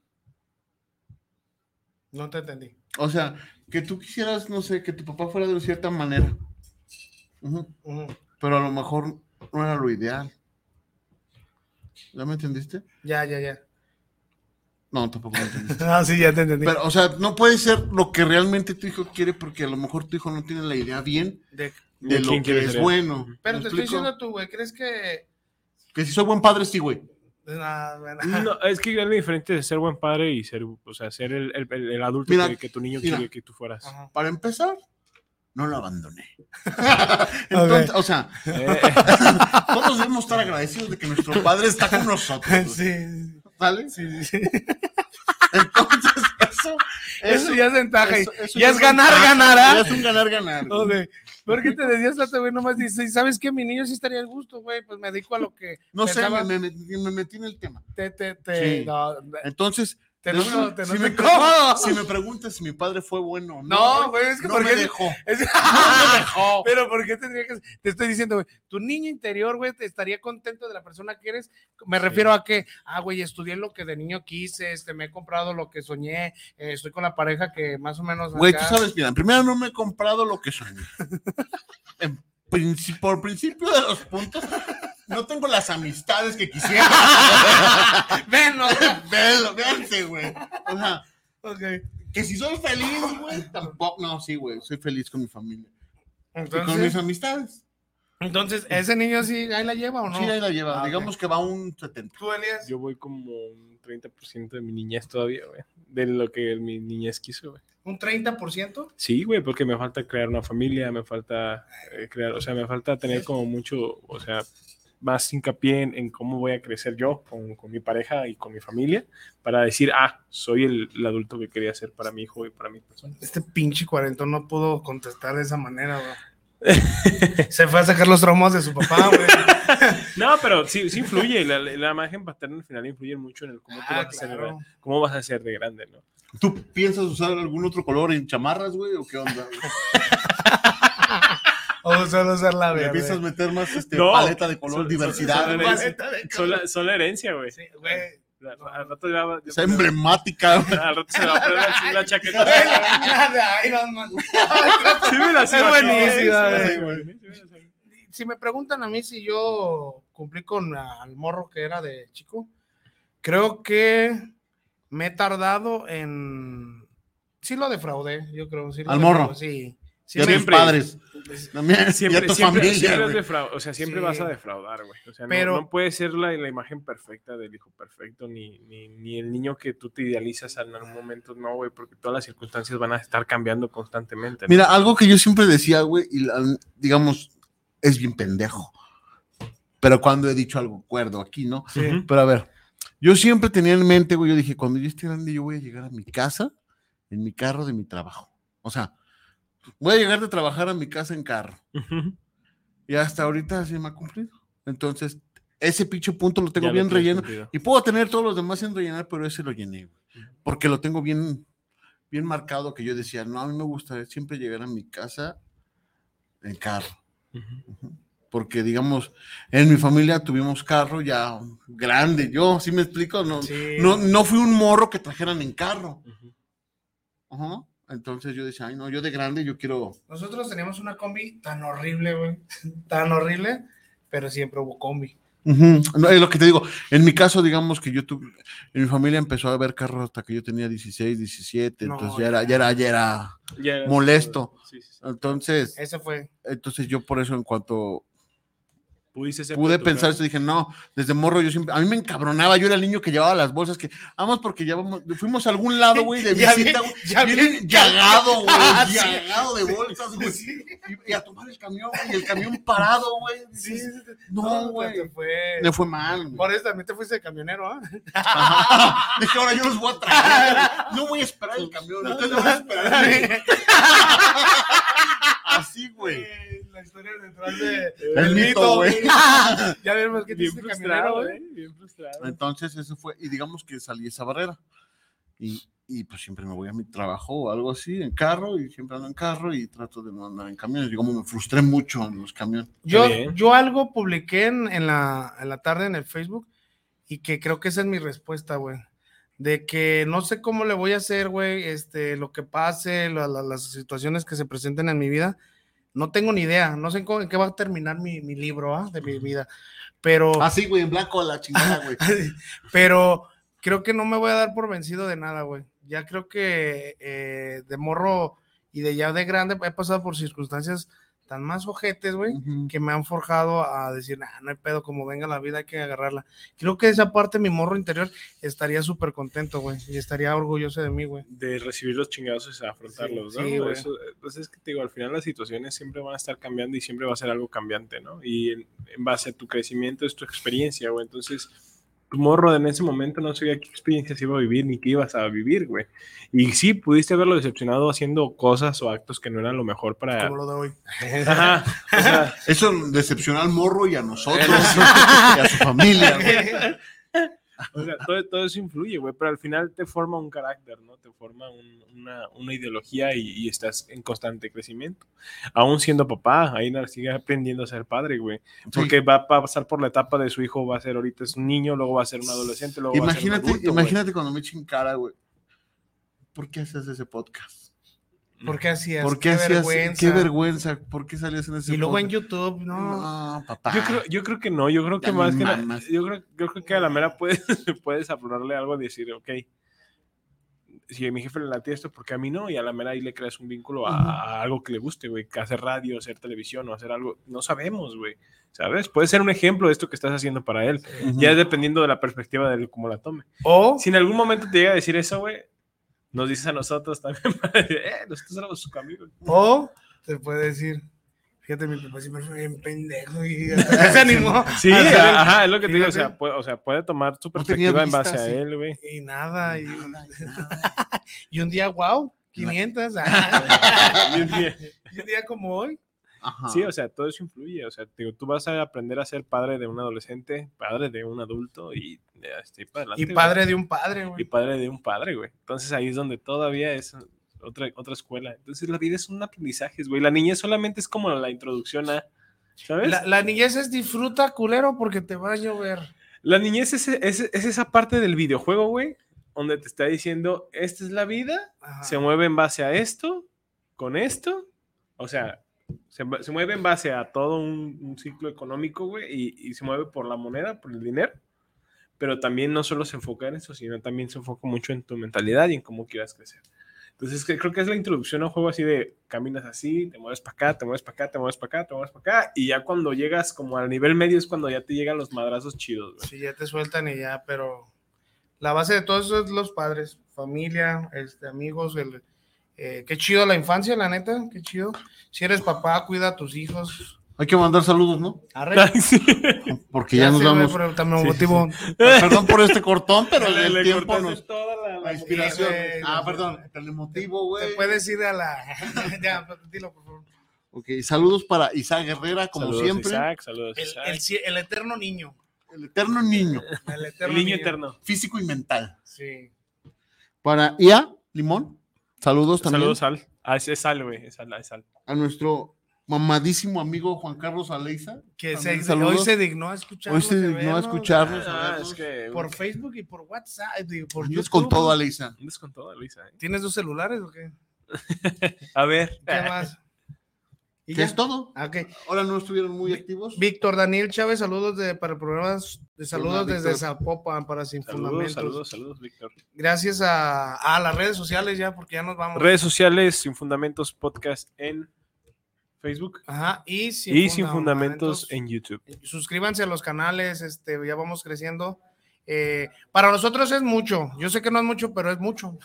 No te entendí. O sea, que tú quisieras, no sé, que tu papá fuera de cierta manera. Ujú. Ujú. pero a lo mejor no era lo ideal. ¿Ya me entendiste? Ya, ya, ya. No, tampoco me entendiste. Ah, sí, ya te entendí. Pero, o sea, no puede ser lo que realmente tu hijo quiere porque a lo mejor tu hijo no tiene la idea bien De- de ¿De lo quién que quieres es ser? bueno. pero ¿Me te estoy explico? diciendo tú, güey, ¿crees que.? Que si soy buen padre, sí, güey. Nah, güey, nah. No, es que es diferente de ser buen padre y ser, o sea, ser el, el- el- el adulto Mira, que, que tu niño mira. quiere que tú fueras. Ajá. Para empezar, no lo abandoné. Entonces, o sea, Eh, todos debemos estar agradecidos de que nuestro padre está con nosotros. Sí, sí, sí. ¿Sale? Sí, sí, sí. Entonces, eso, Eso ya es ventaja. y- eso- eso ya es ganar, ¿ah? ventaja, ganará. ya es un ganar, ganar. Porque ¿Por qué te decías la TV nomás? Dice, ¿sabes qué? Mi niño sí estaría al gusto, güey. Pues me dedico a lo que. No sé, pensaba". me- me- me metí en el tema. Te, te, te- Sí. no, no, Entonces, Te Yo noto, sí- te si, noto me incómodo. si me preguntas si mi padre fue bueno o No, no, güey, es que no porque me es- dejó. es- No me dejó. Pero ¿por qué tendría que ser? Te estoy diciendo, güey, tu niño interior, güey, te estaría contento de la persona que eres. Me refiero a que, ah, güey, estudié lo que de niño quise, este, me he comprado lo que soñé, eh, estoy con la pareja que más o menos. Güey, tú acá- sabes, mira, primero no me he comprado lo que soñé. En princi- por principio de los puntos, no tengo las amistades que quisiera. Ven, o sea, Velo, véanse, güey. O sea, ok. que si soy feliz, güey, tampoco. No, sí, güey, soy feliz con mi familia. y con mis Entonces, amistades. entonces, ¿ese niño sí ahí la lleva o no? Sí, ahí la lleva. Ah, ok. Digamos que va un 70. ¿Tú, Elías? Yo voy como un 30% de mi niñez todavía, güey. De lo que mi niñez quiso, güey. ¿Un 30%? Sí, güey, porque me falta crear una familia, me falta eh, crear, o sea, me falta tener como mucho, o sea, más hincapié en, en cómo voy a crecer yo con, con mi pareja y con mi familia para decir, ah, soy el, el adulto que quería ser para mi hijo y para mi persona. Este pinche cuarentón no pudo contestar de esa manera, güey. Se fue a sacar los tromos de su papá, güey. No, pero sí, sí influye, la, la imagen paterna al final influye mucho en el cómo, tú Ah, vas a ser de, claro. cómo vas a ser de grande, ¿no? ¿Tú piensas usar algún otro color en chamarras, güey? ¿O qué onda? güey? O solo usar la ¿Le verde. piensas meter más este, No. paleta de color, Son- diversidad? son- son- güey? Paleta de Eh, Son la, son la herencia, güey. Sí, güey. La- Al rato ya va- Está emblemática, güey. Al rato se va a poner así la chaqueta. Güey, la- la de Iron Man. Sí, me la Es sé, buenísima, sí, güey. sí, güey. Sí, me la sé. si me preguntan a mí si yo cumplí con el morro que era de chico, creo que me he tardado en... Sí lo defraudé, yo creo. sí lo Al morro. defraudé, Sí. Sí, Ya me- tus siempre. padres. También, ya Siempre, tu siempre, familia, siempre güey. es defrau- o sea, siempre Sí. vas a defraudar, güey. O sea, no- Pero- no, puede ser la, la imagen perfecta del hijo perfecto, ni, ni, ni el niño que tú te idealizas en algún momento, no, güey, porque todas las circunstancias van a estar cambiando constantemente. ¿no? Mira, algo que yo siempre decía, güey, y la- digamos, es bien pendejo. Pero cuando he dicho algo cuerdo aquí, ¿no? Ujú. Pero a ver, yo siempre tenía en mente, güey, yo dije, cuando yo esté grande, yo voy a llegar a mi casa en mi carro de mi trabajo. O sea, voy a llegar de trabajar a mi casa en carro. Ujú. Y hasta ahorita se me ha cumplido. Entonces, ese pinche punto lo tengo Ya lo bien tienes relleno. cumplido. Y puedo tener todos los demás sin rellenar, pero ese lo llené, güey. Porque lo tengo bien, bien marcado que yo decía, no, a mí me gustaría siempre llegar a mi casa en carro. Ujú. Porque, digamos, en mi familia tuvimos carro ya grande. Yo, ¿sí me explico? No, Sí. no, no fui un morro que trajeran en carro. Ujú. Ajá. Entonces yo decía, ay, no, yo de grande yo quiero... Nosotros teníamos una combi tan horrible, güey. Tan horrible, pero siempre hubo combi. Ujú. No, es lo que te digo. En mi caso, digamos que yo tuve... En mi familia empezó a ver carros hasta que yo tenía 16, 17. No, entonces ya era, ya era, ya era... Ya era- Molesto. Sí, sí, sí. Entonces... Ese fue. Entonces yo por eso en cuanto Pudiste ser pude tú, pensar ¿verdad? eso dije, no, desde morro yo siempre, a mí me encabronaba, yo era el niño que llevaba las bolsas que, vamos porque ya vamos- fuimos a algún lado, güey, de Ya visita, bien- güey, ya bien bien- llagado, güey, Ah, sí. llagado de bolsas, güey, y, y a tomar el camión, güey, y el camión parado, güey, Sí, sí, sí. no, te güey, fue. me fue mal, güey. Por eso también te fuiste de camionero, ¿ah? Ajá. dije, ahora yo los voy a traer, no voy a esperar el camión, entonces voy a esperar, güey. así, güey. La historia detrás de. El mito, güey. ya vemos que te Bien fuiste camionero, frustrado, güey. ¿eh? Bien frustrado. Entonces, eso fue, y digamos que salí esa barrera. Y, y, pues siempre me voy a mi trabajo o algo así, en carro, y siempre ando en carro y trato de no andar en camiones. Yo como me frustré mucho en los camiones. Yo, Está bien. yo algo publiqué en, en la, en la tarde en el Facebook y que creo que esa es mi respuesta, güey. De que no sé cómo le voy a hacer, güey, este, lo que pase, la- la- las situaciones que se presenten en mi vida. No tengo ni idea, no sé cómo- en qué va a terminar mi, mi libro ¿ah? de mi vida, pero, Ah, Así, Ah, güey, en blanco a la chingada, güey. pero creo que no me voy a dar por vencido de nada, güey. Ya creo que eh, de morro y de ya de grande he pasado por circunstancias tan más ojetes, güey, Ujú. que me han forjado a decir, "Nah, no hay pedo, como venga la vida hay que agarrarla. Creo que esa parte, mi morro interior, estaría súper contento, güey, y estaría orgulloso de mí, güey. de recibir los chingazos y afrontarlos, Sí, ¿no? sí, güey. Eso- entonces, que te digo, al final las situaciones siempre van a estar cambiando y siempre va a ser algo cambiante, ¿no? Y en, en base a tu crecimiento es tu experiencia, güey. Entonces, tu morro en ese momento no sabía qué experiencias iba a vivir ni qué ibas a vivir, güey. Y sí, pudiste haberlo decepcionado haciendo cosas o actos que no eran lo mejor para... Como lo de hoy. Ajá, o sea, Eso decepcionó al morro y a nosotros, y a su familia, güey. O sea, todo, todo eso influye, güey, pero al final te forma un carácter, ¿no? Te forma un- una, una ideología y, y estás en constante crecimiento. Aún siendo papá, ahí na- sigue aprendiendo a ser padre, güey. Porque va a pasar por la etapa de su hijo, va a ser ahorita es un niño, luego va a ser un adolescente, luego Imagínate, va a ser un adulto, güey. imagínate cuando me echen cara, güey. ¿Por qué haces ese podcast? ¿Por qué hacías? ¿Por qué, hacías? Qué vergüenza. ¿Por qué salías en ese Y luego en podcast? YouTube, no. No, papá. Yo creo, yo creo que no, yo creo que Ah. Ya más que no la- mames. yo creo, yo creo que a la mera puedes, puedes aflorarle algo y decir, ok, si a mi jefe le late esto, porque a mí no? Y a la mera ahí le creas un vínculo a, a algo que le guste, güey, que hacer radio, hacer televisión o hacer algo, no sabemos, güey, ¿sabes? Puede ser un ejemplo de esto que estás haciendo para él, Ujú. ya es dependiendo de la perspectiva de cómo la tome. O Si en algún momento te llega a decir eso, güey, nos dices a nosotros también, para decir, eh, nosotros éramos sus amigos. O te puede decir, fíjate, mi papá siempre fue bien pendejo y hasta se animó. Ah, Sí, a hacer el- ah. ajá, es lo que te digo, o sea, Fíjate. puede, o sea, puede tomar su No tenía perspectiva en vistas, base a sí. él, güey. Y nada, y, Nada, y un día, wow, 500. ah. y un día como hoy, Ajá. Sí, o sea, todo eso influye. O sea, te digo, tú vas a aprender a ser padre de un adolescente, padre de un adulto y eh, este, para adelante, y güey. padre de un padre, Y güey. padre de un padre, güey. Entonces ahí es donde todavía es otra, otra escuela. Entonces la vida es un aprendizaje, güey. La niñez solamente es como la introducción a. ¿Sabes? La, La, la niñez es disfruta, culero, porque te va a llover. niñez es, es- es esa parte del videojuego, güey, donde te está diciendo, esta es la vida, Ajá. se mueve en base a esto, con esto, o sea, se, mu- se mueve en base a todo un, un ciclo económico, güey, y, y se mueve por la moneda, por el dinero, pero también no solo se enfoca en eso, sino también se enfoca mucho en tu mentalidad y en cómo quieras crecer. Entonces, que creo que es la introducción a un juego así de caminas así, te mueves para acá, te mueves para acá, te mueves para acá, te mueves para acá, y ya cuando llegas como al nivel medio es cuando ya te llegan los madrazos chidos, güey. Sí, ya te sueltan y ya, pero la base de todo eso es los padres, familia, este, amigos, el, eh, qué chido la infancia, la neta, qué chido. Si eres papá, cuida a tus hijos. Hay que mandar saludos, ¿no? Arre. Sí. Porque ya, nos sé, güey, vamos. pero también motivo. Perdón por este cortón, pero Le- el le tiempo cortaste nos. toda la- la- La inspiración. Sí, güey. ah, perdón. El motivo, Te güey. puedes ir a la. ya, dilo, por favor. Ok, saludos para Isaac Herrera, como Saludos, siempre. Isaac, saludos, El, Isaac. el ci- el eterno niño. El eterno niño, El El eterno niño eterno. físico y mental. Sí. Para Ia Limón, saludos también Saludos al. Ah, es, es sal, güey. Es sal, es sal. a nuestro mamadísimo amigo Juan Carlos Aleiza. Que se- También hoy saludos. se dignó a escuchar. Hoy se dignó a escucharnos. Ah, vernos. es que. Por Facebook y por WhatsApp. digo, por Andas YouTube. con todo, Aleiza. Un desconto de Luisa, ¿eh? ¿Tienes dos celulares o qué? A ver. ¿Qué más? ¿Y ¿Qué ya? es todo? Ah, ok. Ahora no estuvieron muy activos. Víctor Daniel Chávez, saludos de, para el programa de saludos Víctor. desde Zapopan para Sin Saludos, Fundamentos. saludos, saludos, Víctor. Gracias a, a las redes sociales ya, porque ya nos vamos. Redes sociales, Sin Fundamentos Podcast en Facebook Ajá, y sin, Eh, y Sin Fundamentos en YouTube. Suscríbanse a los canales, este, ya vamos creciendo. Eh, para nosotros es mucho. Yo sé que no es mucho, pero es mucho.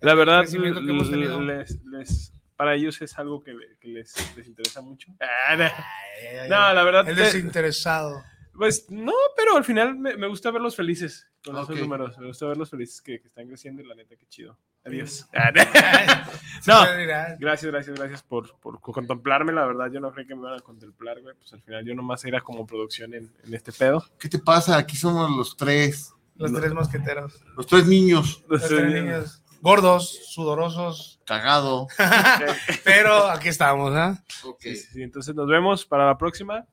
La verdad, crecimiento que hemos tenido. les, les- para ellos es algo que, le- que les, les interesa mucho. Ah, no. No, la verdad. El te- desinteresado. Pues no, pero al final me, me gusta verlos felices con Ok. esos números. Me gusta verlos felices que, que están creciendo y la neta, qué chido. Adiós. Mm. Ah, no. Se dirá, Gracias, gracias, gracias por, por co- contemplarme. La verdad, yo no creí que me iban a contemplar, güey. Pues al final yo nomás era como producción en, en este pedo. ¿Qué te pasa? Aquí somos los tres. Los tres mosqueteros. Los tres niños. Los tres niños. Gordos, sudorosos. Cagado. Pero aquí estamos, ¿ah? Ok. Sí, sí, sí. Entonces nos vemos para la próxima.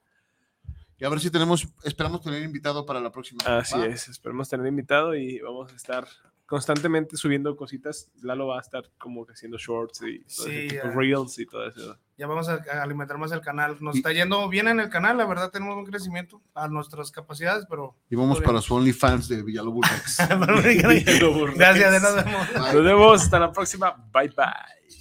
Y a ver si tenemos, esperamos tener invitado para la próxima. Así ¿va? es, esperemos tener invitado y vamos a estar constantemente subiendo cositas. Lalo va a estar como que haciendo shorts y todo ese Sí, tipo, ya. reels y todo eso. ya vamos a a alimentar más el canal. Nos está yendo bien en el canal, la verdad tenemos un crecimiento a nuestras capacidades, pero... Y vamos Muy para su OnlyFans de Villalobos. Gracias, de nos vemos. Nos vemos, hasta la próxima. Bye bye.